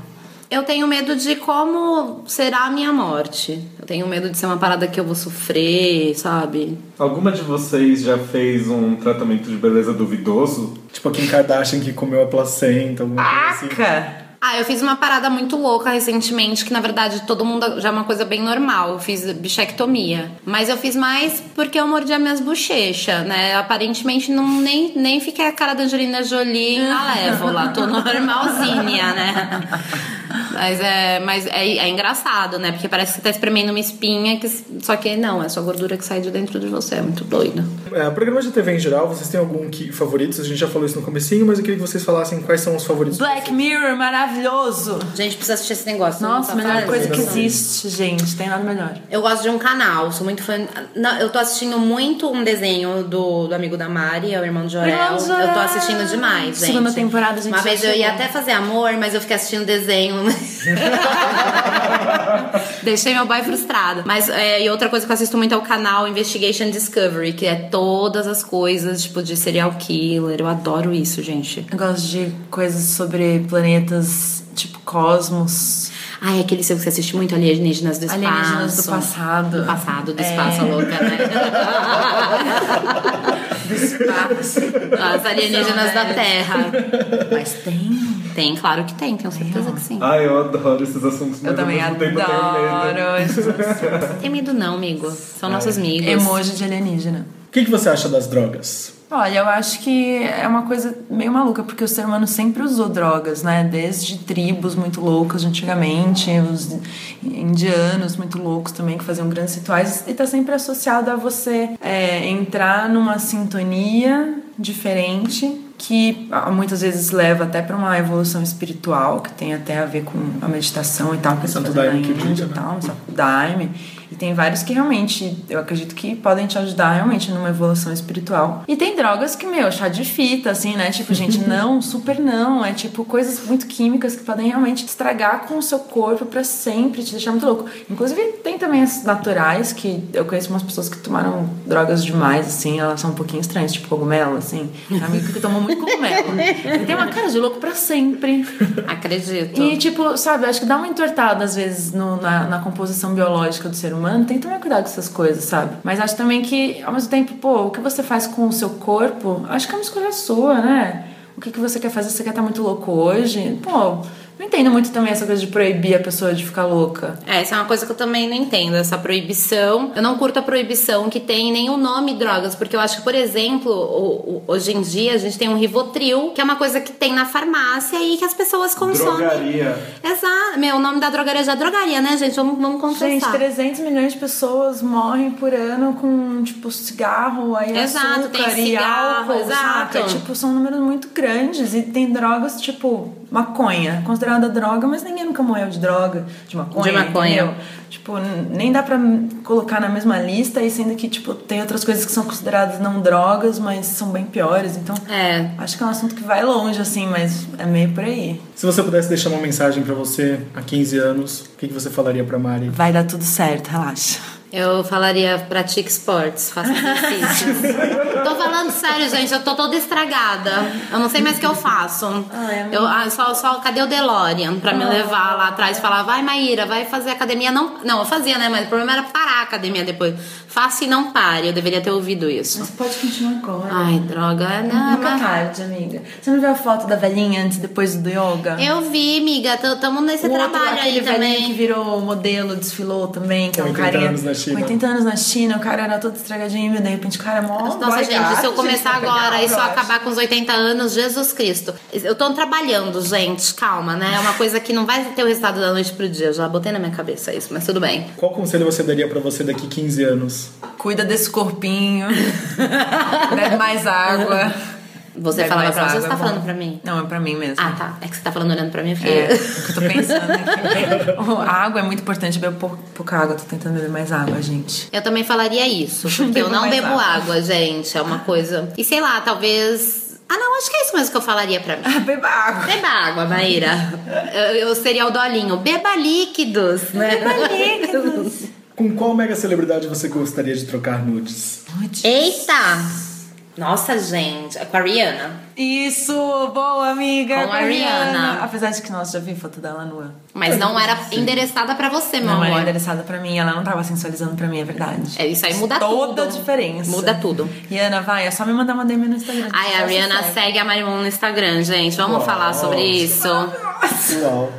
Eu tenho medo de como será a minha morte. Eu tenho medo de ser uma parada que eu vou sofrer, sabe? Alguma de vocês já fez um tratamento de beleza duvidoso? Tipo a Kim Kardashian que comeu a placenta, alguma coisa assim. Aca! Ah, eu fiz uma parada muito louca recentemente, que na verdade todo mundo já é uma coisa bem normal. Eu fiz bichectomia. Mas eu fiz mais porque eu mordi as minhas bochechas, né? Aparentemente não, nem, nem fiquei a cara da Angelina Jolie em Malévola. Tô normalzinha, né? Mas, é, mas é, é engraçado, né? Porque parece que você tá espremendo uma espinha, que, só que não, é só gordura que sai de dentro de você. É muito doido. É, programas de TV em geral, vocês têm algum que, favoritos? A gente já falou isso no comecinho, mas eu queria que vocês falassem quais são os favoritos. Black Mirror, maravilhoso! Gente, precisa assistir esse negócio. tá Nossa, a melhor coisa que Exatamente. existe, gente. Tem nada melhor. Eu gosto de um canal, sou muito fã. Não, eu tô assistindo muito um desenho do, do amigo da Mari, é o irmão de Jorel. Irmão de Jorel. Eu tô assistindo demais, gente. Segunda temporada, gente, Uma já vez eu ia chegou. até fazer amor, mas eu fiquei assistindo desenho. né? <laughs> Deixei meu boy frustrado. Mas é, e outra coisa que eu assisto muito é o canal Investigation Discovery, que é todas as coisas, tipo, de serial killer. Eu adoro isso, gente. Eu gosto de coisas sobre planetas, tipo cosmos, Ai, é aquele seu que você assiste muito, Alienígenas do Espaço. alienígenas do passado. Do passado, do É. espaço, louca, <laughs> né? Do espaço. As alienígenas da São, né? Terra. Mas tem. Tem, claro que tem, tenho certeza que sim. Ah, eu adoro esses assuntos, mas Eu também ao mesmo tempo eu tenho medo. adoro esses Tem medo não, amigo. São nossos amigos. É. emoji de alienígena. O que, que você acha das drogas? Olha, eu acho que é uma coisa meio maluca, porque o ser humano sempre usou drogas, né? Desde tribos muito loucas de antigamente, os indianos muito loucos também, que faziam grandes rituais, e tá sempre associado a você é, entrar numa sintonia diferente que ah, muitas vezes leva até para uma evolução espiritual, que tem até a ver com a meditação e tal, que eles Santo fazem na Daime que diga, Índia e né? tal. Palms, a Daime. E tem vários que realmente, eu acredito que podem te ajudar realmente numa evolução espiritual. E tem drogas que, meu, chá de fita, assim, né? Tipo, gente, não, super não. É tipo coisas muito químicas que podem realmente estragar com o seu corpo pra sempre, te deixar muito louco. Inclusive, tem também as naturais, que eu conheço umas pessoas que tomaram drogas demais, assim, elas são um pouquinho estranhas, tipo cogumelo, assim. Tem um amigo que tomou muito cogumelo. Ele tem uma cara de louco pra sempre. Acredito. E, tipo, sabe, acho que dá uma entortada às vezes no- na, na composição biológica do ser humano. Tem que tomar cuidado com essas coisas, sabe? Mas acho também que, ao mesmo tempo, pô, o que você faz com o seu corpo, acho que é uma escolha sua, né? O que, que você quer fazer? Você quer estar muito louco tá hoje? Pô, Não entendo muito também essa coisa de proibir a pessoa de ficar louca. É, essa é uma coisa que eu também não entendo, essa proibição. Eu não curto a proibição que tem nem o nome drogas, porque eu acho que, por exemplo, o- o- hoje em dia a gente tem um Rivotril, que é uma coisa que tem na farmácia e que as pessoas consomem. Drogaria. Exato. Meu, o nome da drogaria já é drogaria, né, gente? Vamos, vamos Gente, confessar. 300 milhões de pessoas morrem por ano com, tipo, cigarro, aí Exato, tem açúcar e cigarro, álcool, exato. saca? Tipo, são números muito grandes e tem drogas, tipo, maconha, considerada droga, mas ninguém nunca morreu de droga, de maconha, De maconha. entendeu? Tipo, n- nem dá pra colocar na mesma lista, e sendo que, tipo, tem outras coisas que são consideradas não drogas, mas são bem piores, então... É. Acho que é um assunto que vai longe, assim, mas é meio por aí. Se você pudesse deixar uma mensagem pra você há 15 anos, o que, que você falaria pra Mari? Vai dar tudo certo, relaxa. Eu falaria, pratique esportes, <laughs> faça exercícios. tô falando sério, gente, eu tô toda estragada. Eu não sei mais o que eu faço. eu, ah, só, só, cadê o DeLorean pra Ah. me levar lá atrás e falar, vai Maíra, vai fazer academia. Não, não, eu fazia, né? Mas o problema era parar a academia depois. Faça e não pare, eu deveria ter ouvido isso. Você pode continuar agora. Ai, droga, né? não, Nunca Ah, mas- tarde, amiga. Você não viu a foto da velhinha antes e depois do yoga? Eu vi, miga, t- tamo nesse O outro, trabalho aquele aí velhinho que também. virou modelo, desfilou também, que é um 80 carinha. anos na China. 80 anos na China, o cara era todo estragadinho, e de repente o cara é mó. Nossa, gente, Então, se eu começar agora e só acabar acabar com os 80 anos, Jesus Cristo. Eu tô trabalhando, gente, calma, né? É uma coisa que não vai ter o resultado da noite pro dia. Eu já botei na minha cabeça isso, mas tudo bem. Qual conselho você daria pra você daqui 15 anos? Cuida desse <laughs> corpinho. bebe mais água. Você Bebe falava mais pra você, água, você tá é falando bom. pra mim? Não, é pra mim mesmo. Ah, tá. É que você tá falando olhando pra mim, eu fiquei. É, o que eu tô pensando <laughs> aqui. a água é muito importante, beber pou- pouca água. Tô tentando beber mais água, gente. Eu também falaria <laughs> isso, porque eu Bebo não mais bebo água. água. gente. É uma coisa. E sei lá, talvez. Ah, não, acho que é isso mesmo que eu falaria pra mim. Ah, Beba água. Beba água, Maíra. Eu, eu seria o dolinho. Beba líquidos, né? Beba <laughs> líquidos. Com qual mega celebridade você gostaria de trocar nudes? Eita! Nossa, gente. É com a Rihanna. Isso, boa amiga. Com a Rihanna. Apesar de que, nossa, já vi foto dela nua. Mas não era endereçada pra você, meu Não era amor. endereçada pra mim, ela não tava sensualizando pra mim, é verdade. É, isso aí muda tudo. Toda a diferença. Muda tudo. Rihanna, vai, é só me mandar uma DM no Instagram. Ai, a Só Rihanna se segue a Marimon no Instagram, gente. Vamos falar sobre isso. Uau.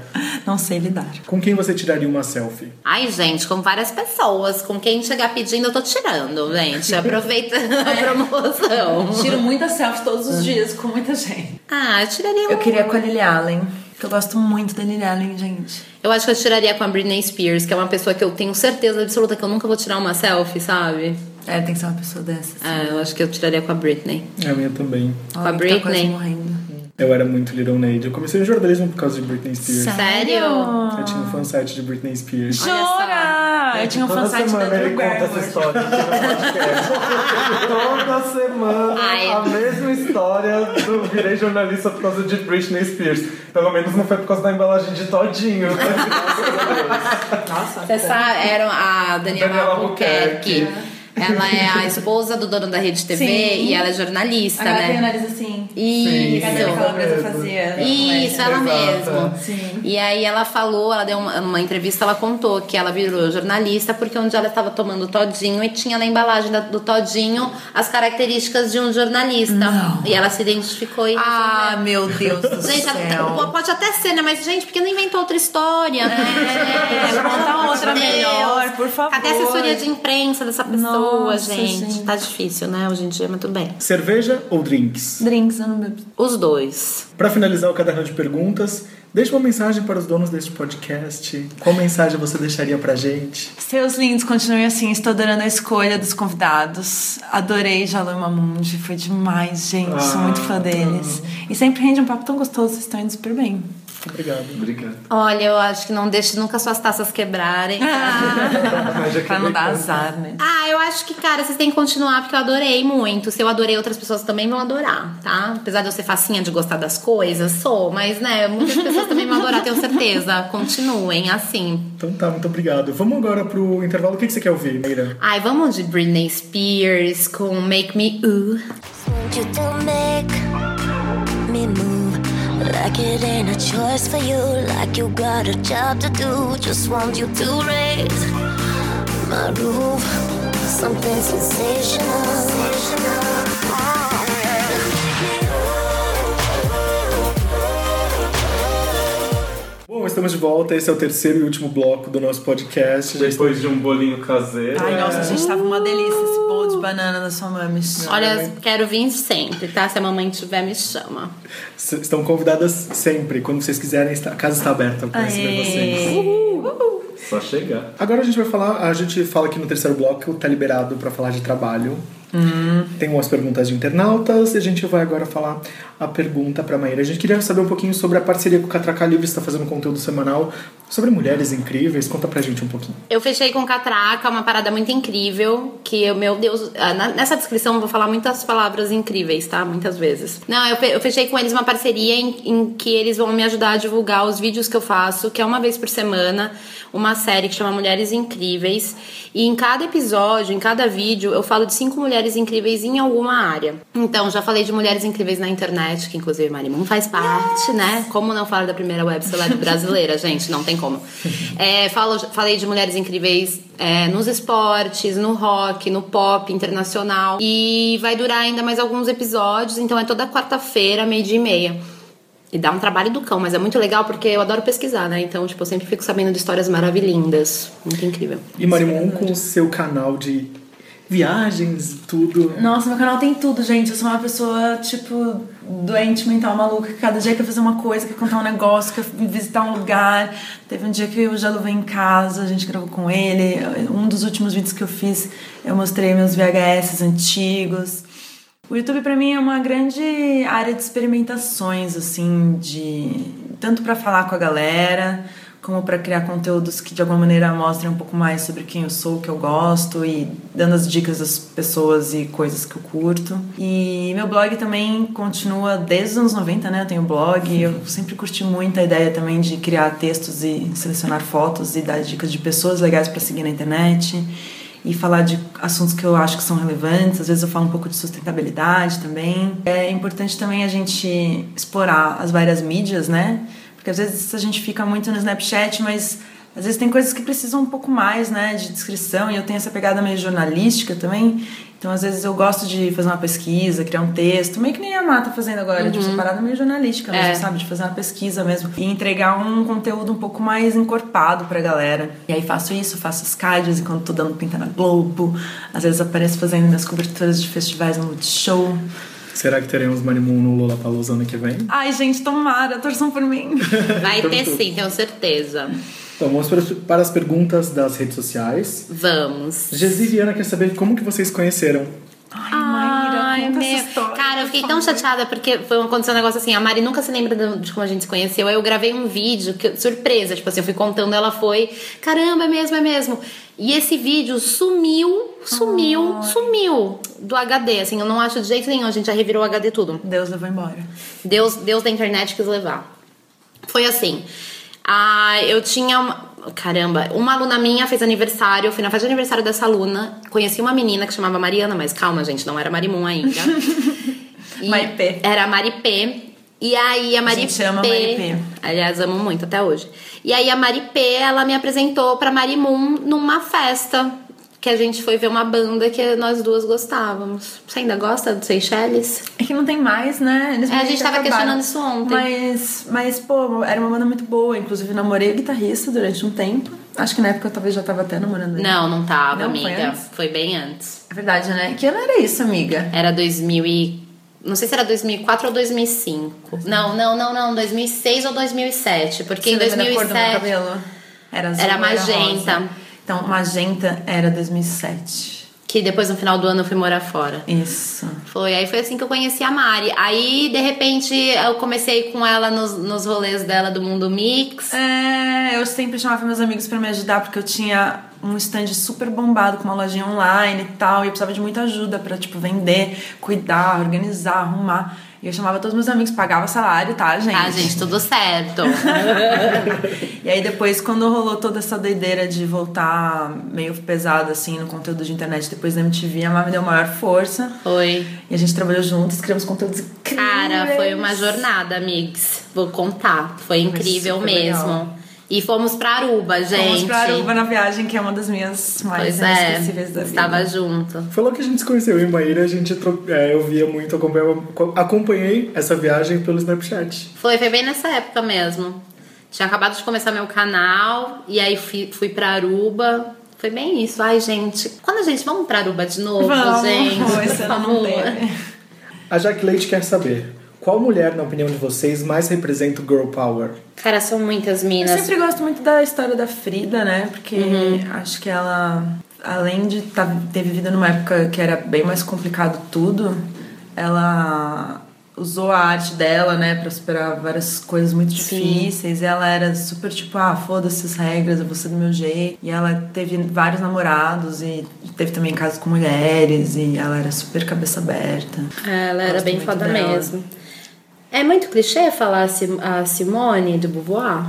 Não sei lidar. Com quem você tiraria uma selfie? Ai, gente, com várias pessoas. Com quem chegar pedindo, eu tô tirando, gente. Aproveita <laughs> a promoção. Tiro muitas selfies todos os dias com muita gente. Ah, eu tiraria Ah. Eu um. queria com a Lily Allen, que eu gosto muito da Lily Allen, gente. Eu acho que eu tiraria com a Britney Spears, que é uma pessoa que eu tenho certeza absoluta que eu nunca vou tirar uma selfie, sabe? É, tem que ser uma pessoa dessas. Ah, eu acho que eu tiraria com a Britney. A minha também. Com a Tá quase Britney. morrendo. Eu era muito Little Nade. Eu comecei no jornalismo por causa de Britney Spears. Sério? Eu tinha um fansite de Britney Spears. Jura! Eu tinha um Toda fansite da semana ele Drew conta essa Barrymore. história. aqui no podcast. Toda semana Ai. a mesma história do virei jornalista por causa de Britney Spears. Pelo menos não foi por causa da embalagem de todinho. Você sabe, era a Daniela Daniela Albuquerque. Ela é a esposa do dono da Rede TV Sim. e ela é jornalista, Agora tem o né? nariz assim. Isso. Cadê aquela mesmo. coisa fazia? né? Isso, ela Exato. mesma. Sim. E aí ela falou, ela deu uma, numa entrevista, ela contou que ela virou jornalista porque onde ela estava tomando todinho e tinha na embalagem da- do todinho as características de um jornalista. E ela se identificou e Ah, resolveu. meu Deus do <laughs> Gente, tá até- céu. pô, pode até ser, né? Mas, gente, porque não inventou outra história, né? É, conta Pelo amor outra de Deus. melhor, por favor. Cadê a assessoria de imprensa dessa pessoa, Nossa, gente? gente. Tá difícil, né? Hoje em dia, mas tudo bem. Cerveja ou drinks? Drinks, eu não bebo. Os dois. Pra finalizar o caderno de perguntas, deixe uma mensagem para os donos deste podcast. Qual mensagem você deixaria pra gente? Seus lindos, continuem assim. Estou adorando a escolha dos convidados. Adorei Jalu e Mamundi. Foi demais, gente. Sou muito fã deles. E sempre rende um papo tão gostoso. Vocês estão indo super bem. Obrigado. Obrigado. Olha, eu acho que não deixe nunca suas taças quebrarem. pra não dar azar, né? Ah, eu acho que, cara, vocês têm que continuar porque eu adorei muito. Se eu adorei, outras pessoas também vão adorar, tá? Apesar de eu ser facinha de gostar das coisas, sou, mas, né, muitas pessoas também vão adorar, tenho certeza. Continuem assim. Então tá, muito obrigado. Vamos agora pro intervalo. O que, que você quer ouvir, Meira? Ai, vamos de Britney Spears com Make Me Ooh. want you to make me move like it ain't a choice for you like you got a job to do just want you to raise my roof something sensational Oh, yeah. Make me ooh, ooh, ooh, ooh. estamos de volta. Esse é o terceiro e último bloco do nosso podcast. Já Depois de um bolinho caseiro. Ai, nossa, gente, tava uma delícia esse bolo de banana da sua mames. Olha, eu quero vir sempre, tá? Se a mamãe tiver, me chama. S- Estão convidadas sempre, quando vocês quiserem. está- A casa está aberta para receber vocês. é Só chegar. Agora a gente vai falar, a gente fala aqui no terceiro bloco, tá liberado para falar de trabalho. Tem umas perguntas de internautas e a gente vai agora falar a pergunta para Maíra. A gente queria saber um pouquinho sobre a parceria que o Catraca Livre está fazendo conteúdo semanal sobre mulheres incríveis. Conta pra gente um pouquinho. Eu fechei com Catraca, uma parada muito incrível. Que eu, meu Deus, ah, na- nessa descrição eu vou falar muitas palavras incríveis, tá? Muitas vezes. Não, eu, fe- eu fechei com eles uma parceria em, em que eles vão me ajudar a divulgar os vídeos que eu faço, que é uma vez por semana, uma série que chama Mulheres Incríveis. E em cada episódio, em cada vídeo, eu falo de cinco mulheres incríveis em alguma área. Então, já falei de mulheres incríveis na internet, que inclusive Marimum faz parte, né? Como não falar da primeira web celeb brasileira, <laughs> gente? Não tem como. É, falo- falei de mulheres incríveis é, nos esportes, no rock, no pop internacional. E vai durar ainda mais alguns episódios, então é toda quarta-feira, meio-dia e meia. E dá um trabalho do cão, mas é muito legal porque eu adoro pesquisar, né? Então, tipo, eu sempre fico sabendo de histórias maravilhindas. Muito incrível. E Marimon com o seu canal de viagens, tudo. Nossa, meu canal tem tudo, gente. Eu sou uma pessoa, tipo, doente mental, maluca. que Cada dia que eu fazer uma coisa, que eu contar um negócio, que eu visitar um lugar. Teve um dia que o Jalu veio em casa, a gente gravou com ele. Um dos últimos vídeos que eu fiz, eu mostrei meus VHS antigos. O YouTube pra mim é uma grande área de experimentações, assim, de tanto pra falar com a galera, como pra criar conteúdos que de alguma maneira mostrem um pouco mais sobre quem eu sou, o que eu gosto e dando as dicas das pessoas e coisas que eu curto. E meu blog também continua desde os anos 90, né? Eu tenho blog, e eu sempre curti muito a ideia também de criar textos e selecionar fotos e dar dicas de pessoas legais pra seguir na internet e falar de assuntos que eu acho que são relevantes. Às vezes eu falo um pouco de sustentabilidade também. É importante também a gente explorar as várias mídias, né? Porque às vezes a gente fica muito no Snapchat, mas às vezes tem coisas que precisam um pouco mais, né, de descrição. E eu tenho essa pegada meio jornalística também. Então, às vezes eu gosto de fazer uma pesquisa, criar um texto, meio que nem a Má tá fazendo agora, tipo, essa parada meio jornalística mesmo, Uhum. É. sabe? De fazer uma pesquisa mesmo. E entregar um conteúdo um pouco mais encorpado pra galera. E aí faço isso, faço as cards enquanto tô dando pinta na Globo. Às vezes apareço fazendo minhas coberturas de festivais no Multishow. Será que teremos Marimon no Lollapalooza ano que vem? Ai, gente, tomara, torçam por mim. Vai ter sim, tenho certeza. Então vamos para- para as perguntas das redes sociais. Vamos. Gesi Viana quer saber como que vocês conheceram. Ai, Maíra, conta meu. essa história. Cara, eu fiquei tão chateada porque foi aconteceu um negócio assim. A Mari nunca se lembra do- de como a gente se conheceu. Aí eu gravei um vídeo, que, surpresa, tipo assim, eu fui contando, ela foi. Caramba, é mesmo, é mesmo. E esse vídeo sumiu, sumiu, sumiu do HD. Assim, eu não acho de jeito nenhum. A gente já revirou o HD tudo. Deus levou embora. Deus, Deus da internet quis levar. Foi assim. Ah, eu tinha uma. Caramba, uma aluna minha fez aniversário, eu fui na festa de aniversário dessa aluna, conheci uma menina que chamava Mariana, mas calma, gente, não era Marimum <laughs> ainda. E Maripê. Era Maripê. E aí a Maripê. gente ama Maripê. Aliás, amo muito até hoje. E aí a Maripê, ela me apresentou pra Marimum numa festa que a gente foi ver uma banda que nós duas gostávamos. Você ainda gosta do Seychelles? É que não tem mais, né? Eles É, a gente meio que tava acabaram. questionando isso ontem. Mas, mas, pô, era uma banda muito boa. Inclusive, eu namorei o guitarrista durante um tempo. Acho que na época eu talvez já tava até namorando ele. Não, não tava, Não, foi amiga. antes? Foi, bem antes. É verdade, né? Que ano era isso, amiga? Era 2000 e... Não sei se era 2004 ou 2005. Não, não, não, não. 2006 ou 2007. Porque em Você lembra da cor do meu 2007... cabelo? Era azul, Era rosa. magenta. Então, magenta era 2007. Que depois, no final do ano, eu fui morar fora. Isso. Foi, aí foi assim que eu conheci a Mari. Aí, de repente, eu comecei com ela nos, nos rolês dela do Mundo Mix. É, eu sempre chamava meus amigos pra me ajudar porque eu tinha um stand super bombado com uma lojinha online e tal, e eu precisava de muita ajuda pra tipo vender, cuidar, organizar, arrumar. E eu chamava todos meus amigos, pagava salário, tá, gente? Tá, gente, tudo certo. <laughs> E aí depois, quando rolou toda essa doideira de voltar meio pesado, assim, no conteúdo de internet depois da MTV, a Má me deu maior força. Foi. E a gente trabalhou juntos, criamos conteúdos incríveis. Cara, foi uma jornada, amigos. Vou contar. Foi incrível super mesmo. legal. E fomos pra Aruba, gente. Fomos pra Aruba na viagem, que é uma das minhas mais Pois é, inesquecíveis da vida. estava junto. Foi logo que a gente se conheceu em Maíra, a gente tro- é, eu via muito, acompanhava- acompanhei essa viagem pelo Snapchat. Foi, foi bem nessa época mesmo. Tinha acabado de começar meu canal e aí fui, fui pra Aruba. Foi bem isso. Ai, gente. Quando a gente. Vamos pra Aruba de novo, Vamos, gente? <laughs> esse por ano não favor. teve. A Jack Leite quer saber. Qual mulher, na opinião de vocês, mais representa o girl power? Cara, são muitas Eu minas. sempre gosto muito da história da Frida, né? Porque acho que ela, além de tá- ter vivido numa época que era bem mais complicado tudo, ela usou a arte dela, né, pra superar várias coisas muito difíceis. E ela era super tipo, ah, foda-se as regras, eu vou ser do meu jeito. E ela teve vários namorados e teve também casos com mulheres. E ela era super cabeça aberta. Ela era Gosto bem muito foda dela. mesmo. É muito clichê falar a Sim- a Simone de Beauvoir?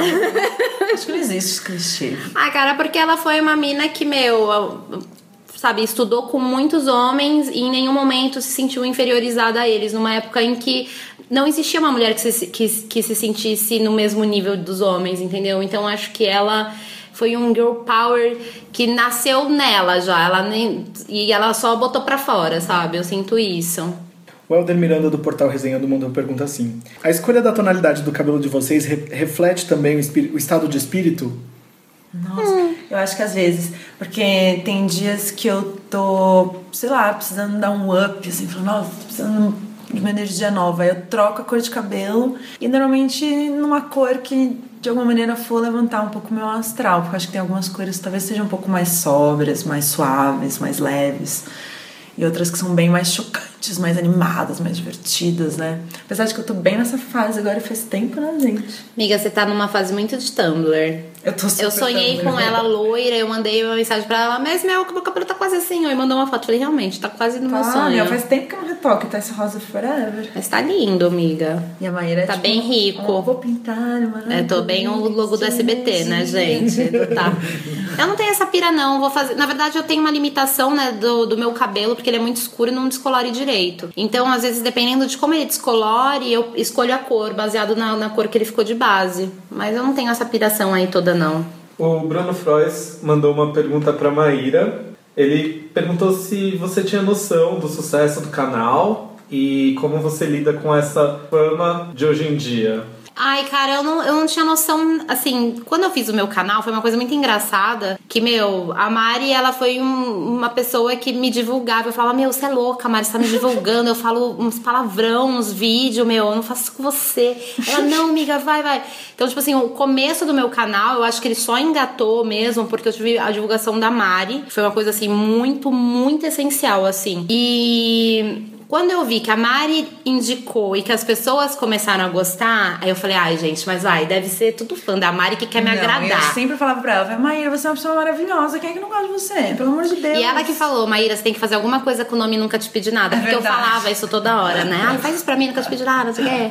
Não, acho que não existe esse clichê. Ah, cara, porque ela foi uma mina que, meu, eu- sabe, estudou com muitos homens e em nenhum momento se sentiu inferiorizada a eles, numa época em que não existia uma mulher que se, que, que se sentisse no mesmo nível dos homens, entendeu? Então acho que ela foi um girl power que nasceu nela já, ela nem, e ela só botou pra fora, sabe? Eu sinto isso. O Helder Miranda do portal Resenha do Mundo pergunta assim: A escolha da tonalidade do cabelo de vocês re- reflete também o, espí- o estado de espírito? Nossa, eu acho que às vezes, porque tem dias que eu tô, sei lá, precisando dar um up, assim, falando, nossa, tô precisando de uma energia nova. Aí eu troco a cor de cabelo e normalmente numa cor que de alguma maneira for levantar um pouco o meu astral, porque eu acho que tem algumas cores que talvez sejam um pouco mais sóbrias, mais suaves, mais leves. E outras que são bem mais chocantes, mais animadas, mais divertidas, né? Apesar de que eu tô bem nessa fase agora, faz tempo, né, gente? Amiga, você tá numa fase muito de Tumblr. Eu tô super Eu sonhei tranquila. com ela loira, eu mandei uma mensagem pra ela, mas meu, meu cabelo tá quase assim. Aí mandou uma foto, falei, realmente, tá quase no meu Ah, sonho. meu, faz tempo que eu não retoco, tá esse rosa forever. Mas tá lindo, amiga. E a Maíra é Tá tipo, bem rico. "Oh, vou pintar, é mano. Eu tô bem o logo do SBT, né, gente? Tá. Eu não tenho essa pira, não. Vou fazer. Na verdade, eu tenho uma limitação, né, do, do meu cabelo, porque ele é muito escuro e não descolore direito. Então, às vezes, dependendo de como ele descolore, eu escolho a cor, baseado na, na cor que ele ficou de base. Mas eu não tenho essa piração aí toda, não. O Bruno Frois mandou uma pergunta pra Maíra. Ele perguntou se você tinha noção do sucesso do canal e como você lida com essa fama de hoje em dia. Ai, cara, eu não, eu não tinha noção. Assim, quando eu fiz o meu canal, foi uma coisa muito engraçada. Que, meu, a Mari, ela foi um- uma pessoa que me divulgava. Eu falava, meu, você é louca, Mari, você tá me divulgando. Eu falo uns palavrão, uns vídeos, meu, eu não faço isso com você. Ela, não, amiga, vai, vai. Então, tipo assim, o começo do meu canal, eu acho que ele só engatou mesmo, porque eu tive a divulgação da Mari. Foi uma coisa, assim, muito, muito essencial, assim. E. Quando eu vi que a Mari indicou e que as pessoas começaram a gostar, aí eu falei, ai, gente, mas vai, deve ser tudo fã da Mari que quer me Não, Eu agradar. sempre falava pra ela, falava, Maíra, você é uma pessoa maravilhosa, quem é que não gosta de você? Pelo amor de Deus. E ela que falou, Maíra, você tem que fazer alguma coisa com o nome e nunca te pedi nada. É porque eu verdade. falava isso toda hora, né? Ai, faz isso pra mim, nunca te pedi nada, não sei o quê.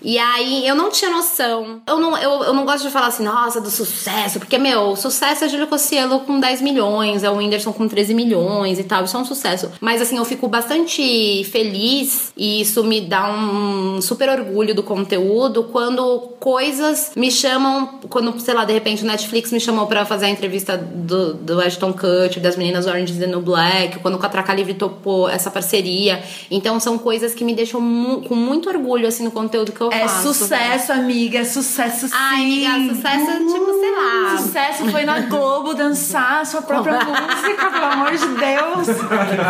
E aí, eu não tinha noção. Eu não, eu, eu não gosto de falar assim, nossa, do sucesso. Porque, meu, o sucesso é Júlio Cossielo com 10 milhões, é o Whindersson com 13 milhões e tal. Isso é um sucesso. Mas, assim, eu fico bastante feliz e isso me dá um super orgulho do conteúdo quando coisas me chamam, quando, sei lá, de repente o Netflix me chamou pra fazer a entrevista do, do Ashton Kutcher, das meninas Orange is the New Black, quando o Catraca Livre topou essa parceria. Então são coisas que me deixam mu- com muito orgulho, assim, no conteúdo que eu É faço. sucesso, amiga, é sucesso sim. Hum, Ai, amiga, sucesso é tipo, sei lá. Sucesso foi na Globo dançar a sua própria <laughs> música, pelo amor de Deus.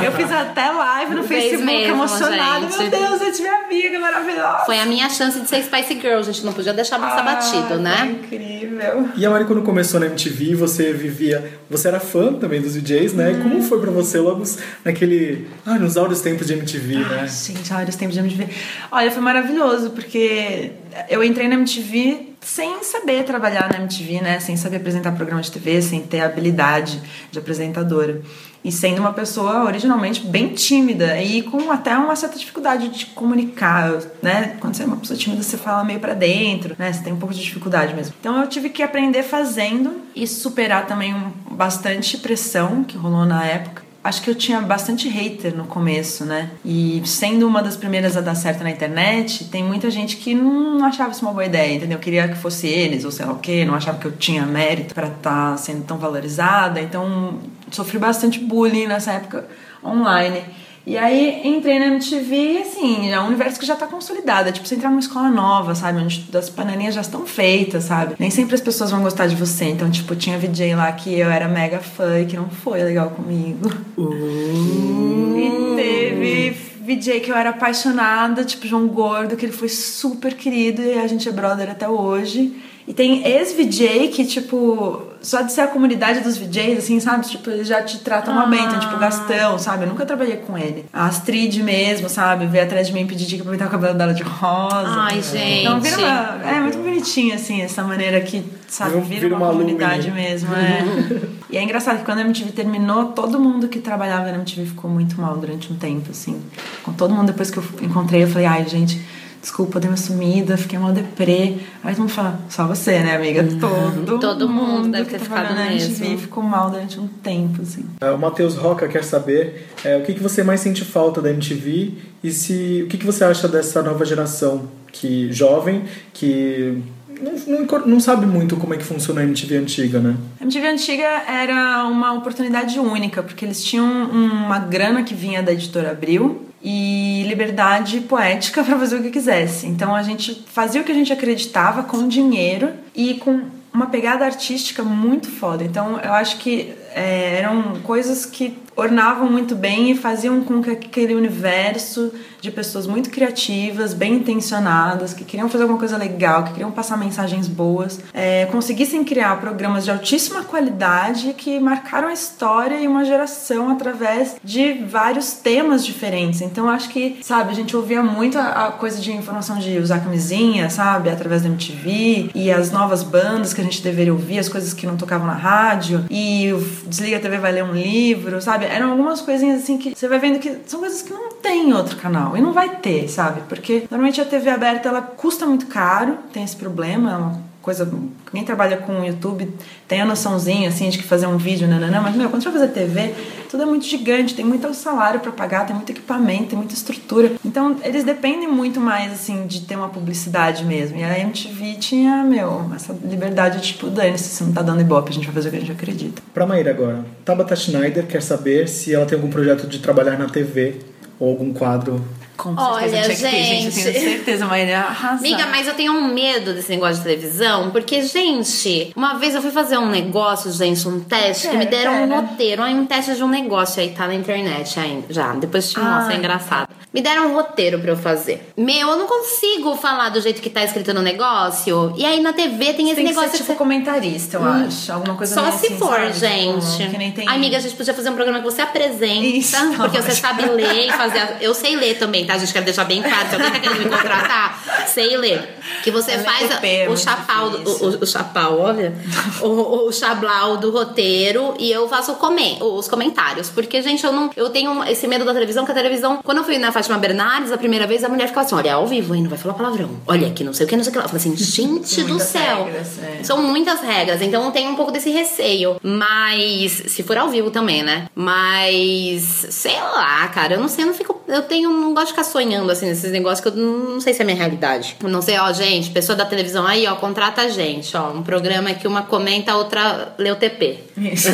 Eu fiz até live no Fez Facebook, mesmo, emocionada. gente. Meu Deus, eu tive amiga maravilhosa. Foi a minha chance de ser Spice Girl, gente. Não podia deixar passar batido, Ah, né? foi Incrível. E a Mari, quando começou na MTV, você vivia. Você era fã também dos DJs, né? Como foi pra você logo s- naquele. Ah, nos áureos tempos de MTV, né? Gente, olha, os tempos de MTV. Olha, foi maravilhoso, porque eu entrei na MTV sem saber trabalhar na MTV, né? Sem saber apresentar programa de TV, sem ter a habilidade de apresentadora. E sendo uma pessoa originalmente bem tímida e com até uma certa dificuldade de comunicar, né? Quando você é uma pessoa tímida, você fala meio pra dentro, né? Você tem um pouco de dificuldade mesmo. Então eu tive que aprender fazendo e superar também um- bastante pressão que rolou na época. Acho que eu tinha bastante hater no começo, né? E sendo uma das primeiras a dar certo na internet, tem muita gente que não achava isso uma boa ideia, entendeu? Queria que fosse eles, ou sei lá o quê, não achava que eu tinha mérito pra tá estar sendo tão valorizada. Então, sofri bastante bullying nessa época online. E aí entrei na MTV, assim, é um universo que já tá consolidado. É tipo você entrar numa escola nova, sabe? Onde as panelinhas já estão feitas, sabe? Nem sempre as pessoas vão gostar de você. Então, tipo, tinha VJ lá que eu era mega fã e que não foi legal comigo. Hum. E teve VJ que eu era apaixonada, tipo João Gordo, que ele foi super querido e a gente é brother até hoje. E tem ex-VJ que, tipo, só de ser a comunidade dos VJs, assim, sabe? Tipo, eles já te tratam mal bem. Então, tipo, Ah. o Gastão, sabe? Eu nunca trabalhei com ele. A Astrid mesmo, sabe? Veio atrás de mim e pediu dica pra pintar o cabelo dela de rosa. Ai, gente. Então vira uma, é muito bonitinho, assim, essa maneira que, sabe, Vira um- vira, vira uma, uma comunidade alumni. mesmo. É. e é engraçado que quando a MTV terminou, todo mundo que trabalhava na MTV ficou muito mal durante um tempo, assim. Com todo mundo, depois que eu encontrei, eu falei, ai, gente, desculpa, eu dei uma sumida, fiquei mal deprê. Aí todo mundo fala, só você, né, amiga? Todo, Uhum. Todo mundo deve que ter trabalhou ficado na MTV mesmo. ficou mal durante um tempo, assim. Ah, O Matheus Roca quer saber é, o que, que você mais sente falta da MTV e se o que, que você acha dessa nova geração que jovem que não, não, encor- não sabe muito como é que funciona a MTV antiga, né? A MTV antiga era uma oportunidade única, porque eles tinham um, uma grana que vinha da editora Abril e liberdade poética <laughs> para fazer o que quisesse. Então a gente fazia o que a gente acreditava com dinheiro e com uma pegada artística muito foda. Então eu acho que é, eram coisas que ornavam muito bem e faziam com que aquele universo de pessoas muito criativas, bem intencionadas, que queriam fazer alguma coisa legal, que queriam passar mensagens boas, é, conseguissem criar programas de altíssima qualidade que marcaram a história e uma geração através de vários temas diferentes. Então acho que, sabe, a gente ouvia muito a, a coisa de informação de usar camisinha, sabe, através da MTV e as novas bandas que a gente deveria ouvir, as coisas que não tocavam na rádio e o f- desliga a TV vai ler um livro, sabe? Eram algumas coisinhas assim que você vai vendo que são coisas que não tem em outro canal e não vai ter, sabe? Porque normalmente a TV aberta ela custa muito caro, tem esse problema, é uma coisa quem trabalha com YouTube tem a noçãozinha assim de que fazer um vídeo nananã, mas meu quando você vai fazer TV tudo é muito gigante tem muito salário pra pagar tem muito equipamento tem muita estrutura então eles dependem muito mais assim de ter uma publicidade mesmo e a MTV tinha meu essa liberdade tipo dane-se você não tá dando ibope a gente vai fazer o que a gente acredita Pra Maíra agora, Tabata Schneider quer saber se ela tem algum projeto de trabalhar na TV ou algum quadro. com Olha, certeza tinha que ter, gente eu gente. tenho certeza mas Amiga, mas eu tenho um medo desse negócio de televisão, porque, gente, uma vez eu fui fazer um negócio, gente, um teste, que me deram um roteiro, aí um teste de um negócio aí, tá na internet ainda, já, depois te Ah. mostro, é engraçado. Me deram um roteiro pra eu fazer. Meu, eu não consigo falar do jeito que tá escrito no negócio, e aí na TV tem esse tem que negócio ser tipo que você- comentarista eu acho alguma coisa Só meio se assim, for, sabe? Tipo, gente. que nem tem Amiga, a gente podia fazer um programa que você apresenta. Isso, porque você ótimo. sabe ler e fazer. a- Eu sei ler também, tá? A gente quer deixar bem claro. Se alguém tá querendo me contratar, sei ler. Que você Ela é faz a- copé, é o muito chapau, do- difícil. o, o chapau, olha. o, o, o chablau do roteiro e eu faço o comen- os comentários. Porque, gente, eu não. Eu tenho esse medo da televisão, que a televisão. Quando eu fui na Fátima Bernardes a primeira vez, a mulher ficava assim: olha, ao vivo, hein? Não vai falar palavrão. Olha, que não sei o que, não sei o que lá. Eu falei <laughs> assim, gente do muitas céu. regras, é. São muitas regras, então eu tenho um pouco desse receio. Mas, se for ao vivo também, né? Mas, sei lá, cara, eu não sei, eu não fico. Eu tenho, não gosto de ficar sonhando assim nesses negócios que eu não não sei se é a minha realidade. Eu não sei, ó, gente, pessoa da televisão aí, ó, contrata a gente, ó. Um programa que uma comenta, a outra lê o TP. <laughs> Isso.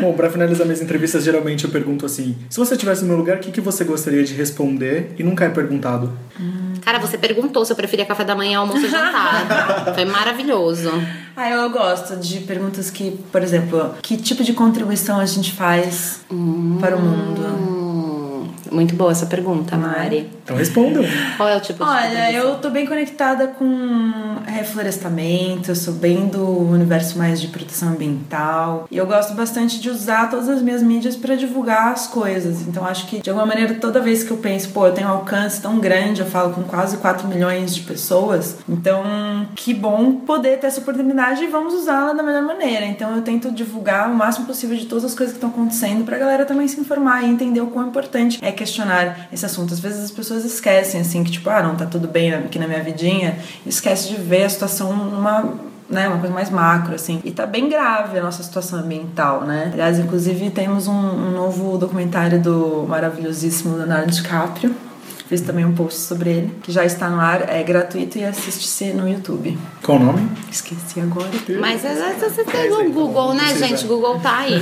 Bom, pra finalizar minhas entrevistas, geralmente eu pergunto assim: se você estivesse no meu lugar, o que, que você gostaria de responder e nunca é perguntado? Cara, você perguntou se eu preferia café da manhã, almoço ou jantar. Foi maravilhoso. Ah, eu gosto de perguntas que, por exemplo, que tipo de contribuição a gente faz para o mundo? Hum, muito boa essa pergunta, Mari. Então respondam. Qual é o tipo de Olha, eu tô bem conectada com reflorestamento, eu sou bem do universo mais de proteção ambiental. E eu gosto bastante de usar todas as minhas mídias para divulgar as coisas. Então acho que, de alguma maneira, toda vez que eu penso, pô, eu tenho um alcance tão grande, eu falo com quase 4 milhões de pessoas. Então, que bom poder ter essa oportunidade e vamos usá-la da melhor maneira. Então eu tento divulgar o máximo possível de todas as coisas que estão acontecendo pra galera também se informar e entender o quão importante é questionar esse assunto. Às vezes as pessoas esquecem, assim, que tipo, ah, não tá tudo bem aqui na minha vidinha, esquece de ver a situação numa. Né, uma coisa mais macro, assim. E tá bem grave a nossa situação ambiental, né? Aliás, inclusive, temos um, um novo documentário do maravilhosíssimo Leonardo DiCaprio, Fiz também um post sobre ele, que já está no ar, é gratuito e assiste-se no YouTube. Qual o nome? Esqueci agora. Mas às vezes você pega um Google, né, gente? Google tá aí.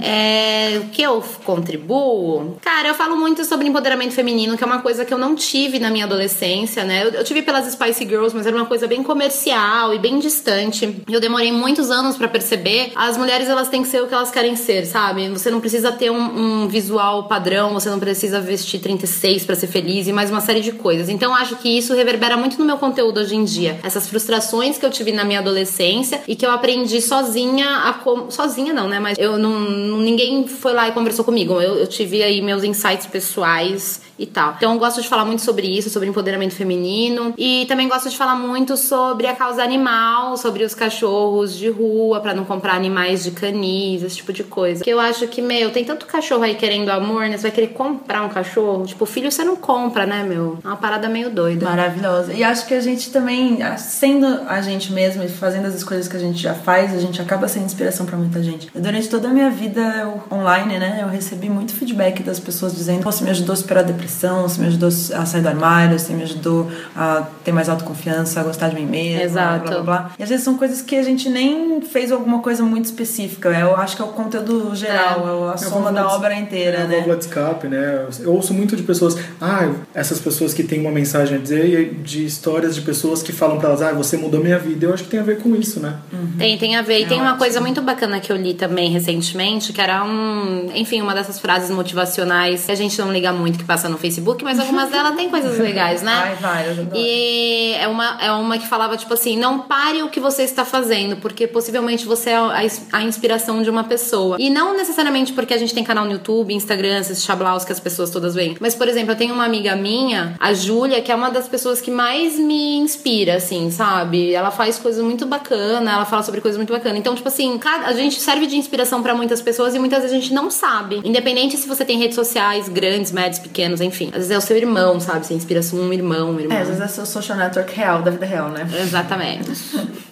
É, o que eu contribuo? Cara, eu falo muito sobre empoderamento feminino, que é uma coisa que eu não tive na minha adolescência, né? Eu, eu tive pelas Spice Girls, mas era uma coisa bem comercial e bem distante. E eu demorei muitos anos pra perceber. As mulheres, elas têm que ser o que elas querem ser, sabe? Você não precisa ter um, um visual padrão, você não precisa vestir 36 pra ser feliz e mais uma série de coisas. Então, eu acho que isso reverbera muito no meu conteúdo hoje em dia. Essas frustrações que eu tive na minha adolescência e que eu aprendi sozinha a como. Sozinha não, né? Mas eu não. Ninguém foi lá e conversou comigo. Eu, eu tive aí meus insights pessoais e tal. Então eu gosto de falar muito sobre isso, sobre empoderamento feminino. E também gosto de falar muito sobre a causa animal, sobre os cachorros de rua, pra não comprar animais de canis, esse tipo de coisa. Que eu acho que, meu, tem tanto cachorro aí querendo amor, né? Você vai querer comprar um cachorro? Tipo, filho você não compra, né, meu? É uma parada meio doida. Maravilhosa. E acho que a gente também, a- sendo a gente mesma e fazendo as coisas que a gente já faz, a gente acaba sendo inspiração pra muita gente. Durante toda a minha vida eu- online, né, eu recebi muito feedback das pessoas dizendo "Pô, você me ajudou a superar a depressão, você me ajudou a sair do armário, você me ajudou a ter mais autoconfiança, a gostar de mim mesma, Exato. blá, blá, blá. E às vezes são coisas que a gente nem fez alguma coisa muito específica. Eu acho que é o conteúdo geral, é a soma da vou- obra inteira, É né? uma válvula de escape, né? Eu ouço muito de pessoas, ah, essas pessoas que têm uma mensagem a dizer, e de histórias de pessoas que falam pra elas, ah, você mudou minha vida. Eu acho que tem a ver com isso, né? Hum. Uhum. Tem, tem a ver. E É tem uma coisa muito bacana que eu li também recentemente, que era um, enfim, uma dessas frases motivacionais que a gente não liga muito que passa no Facebook, mas algumas delas tem coisas legais, né? Ai, várias, adoro. E é uma, é uma que falava, tipo assim, não pare o que você está fazendo, porque possivelmente você é a, ins- a inspiração de uma pessoa. E não necessariamente porque a gente tem canal no YouTube, Instagram, esses chablaus que as pessoas todas veem. Mas, por exemplo, eu tenho uma amiga minha, a Júlia, que é uma das pessoas que mais me inspira, assim, sabe? Ela faz coisas muito bacanas, ela fala sobre coisas muito bacanas. Então, tipo assim, cada- a gente serve de inspiração pra muitas pessoas e muitas vezes a gente não sabe. Independente se você tem redes sociais grandes, médias, pequenos, enfim. Às vezes é o seu irmão, sabe? Você inspira um irmão, uma irmã. É, às vezes é seu social network real, da vida real, né? Exatamente.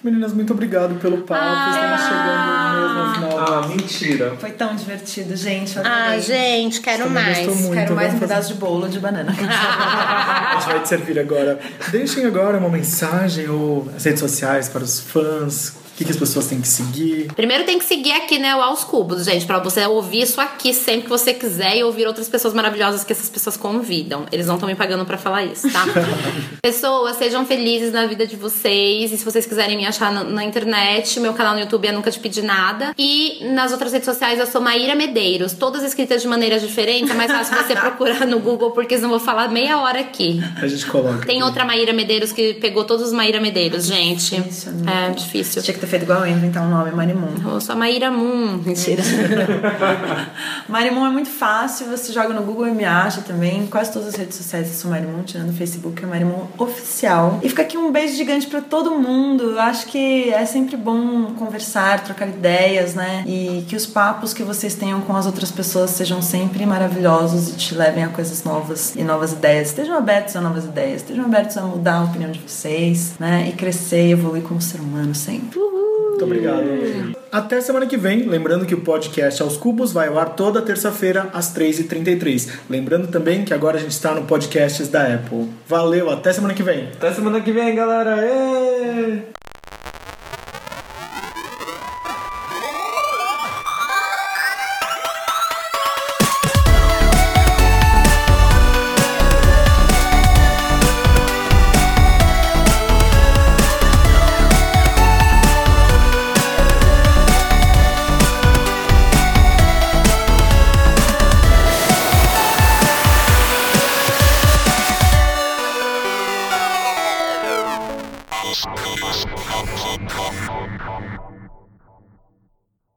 Meninas, muito obrigado pelo papo. Ah, Estamos chegando mesmo ao final <laughs> Ah, mentira. Foi tão divertido, gente. eu Ah, adorei. gente, quero Também mais. gostou muito. Quero mais um vamos fazer- pedaço de bolo de banana. A gente vai te servir agora. Deixem agora uma mensagem ou as redes sociais para os fãs. O que, que as pessoas têm que seguir? Primeiro tem que seguir aqui, né, o Aos Cubos, gente, pra você ouvir isso aqui sempre que você quiser e ouvir outras pessoas maravilhosas que essas pessoas convidam. Eles não estão me pagando pra falar isso, <laughs> tá? pessoas, sejam felizes na vida de vocês. E se vocês quiserem me achar na, na internet, meu canal no YouTube é Nunca Te Pedi Nada. E nas outras redes sociais eu sou Maíra Medeiros. Todas escritas de maneiras diferentes, é mais fácil <laughs> você procurar no Google, porque senão eu vou falar meia hora aqui. A gente coloca. Tem outra Maíra Medeiros que pegou todos os Maíra Medeiros, gente. Difícil, né? É, difícil. Tinha que ter feito igual eu, inventar um nome, Marimun. Eu sou a Maíra Moon. Mentira. Marimun é muito fácil, você joga no Google e me acha também. Quase todas as redes sociais eu sou Marimun, tirando o Facebook, é Marimun Oficial. E fica aqui um beijo gigante pra todo mundo. Eu acho que é sempre bom conversar, trocar ideias, né? E que os papos que vocês tenham com as outras pessoas sejam sempre maravilhosos e te levem a coisas novas e novas ideias. Estejam abertos a novas ideias, estejam abertos a mudar a opinião de vocês, né? E crescer e evoluir como ser humano sempre. Muito obrigado. Até semana que vem. Lembrando que o podcast Aos Cubos vai ao ar toda terça-feira, às 3h33. Lembrando também que agora a gente está no podcast da Apple. Valeu, até semana que vem. Até semana que vem, galera. Ê!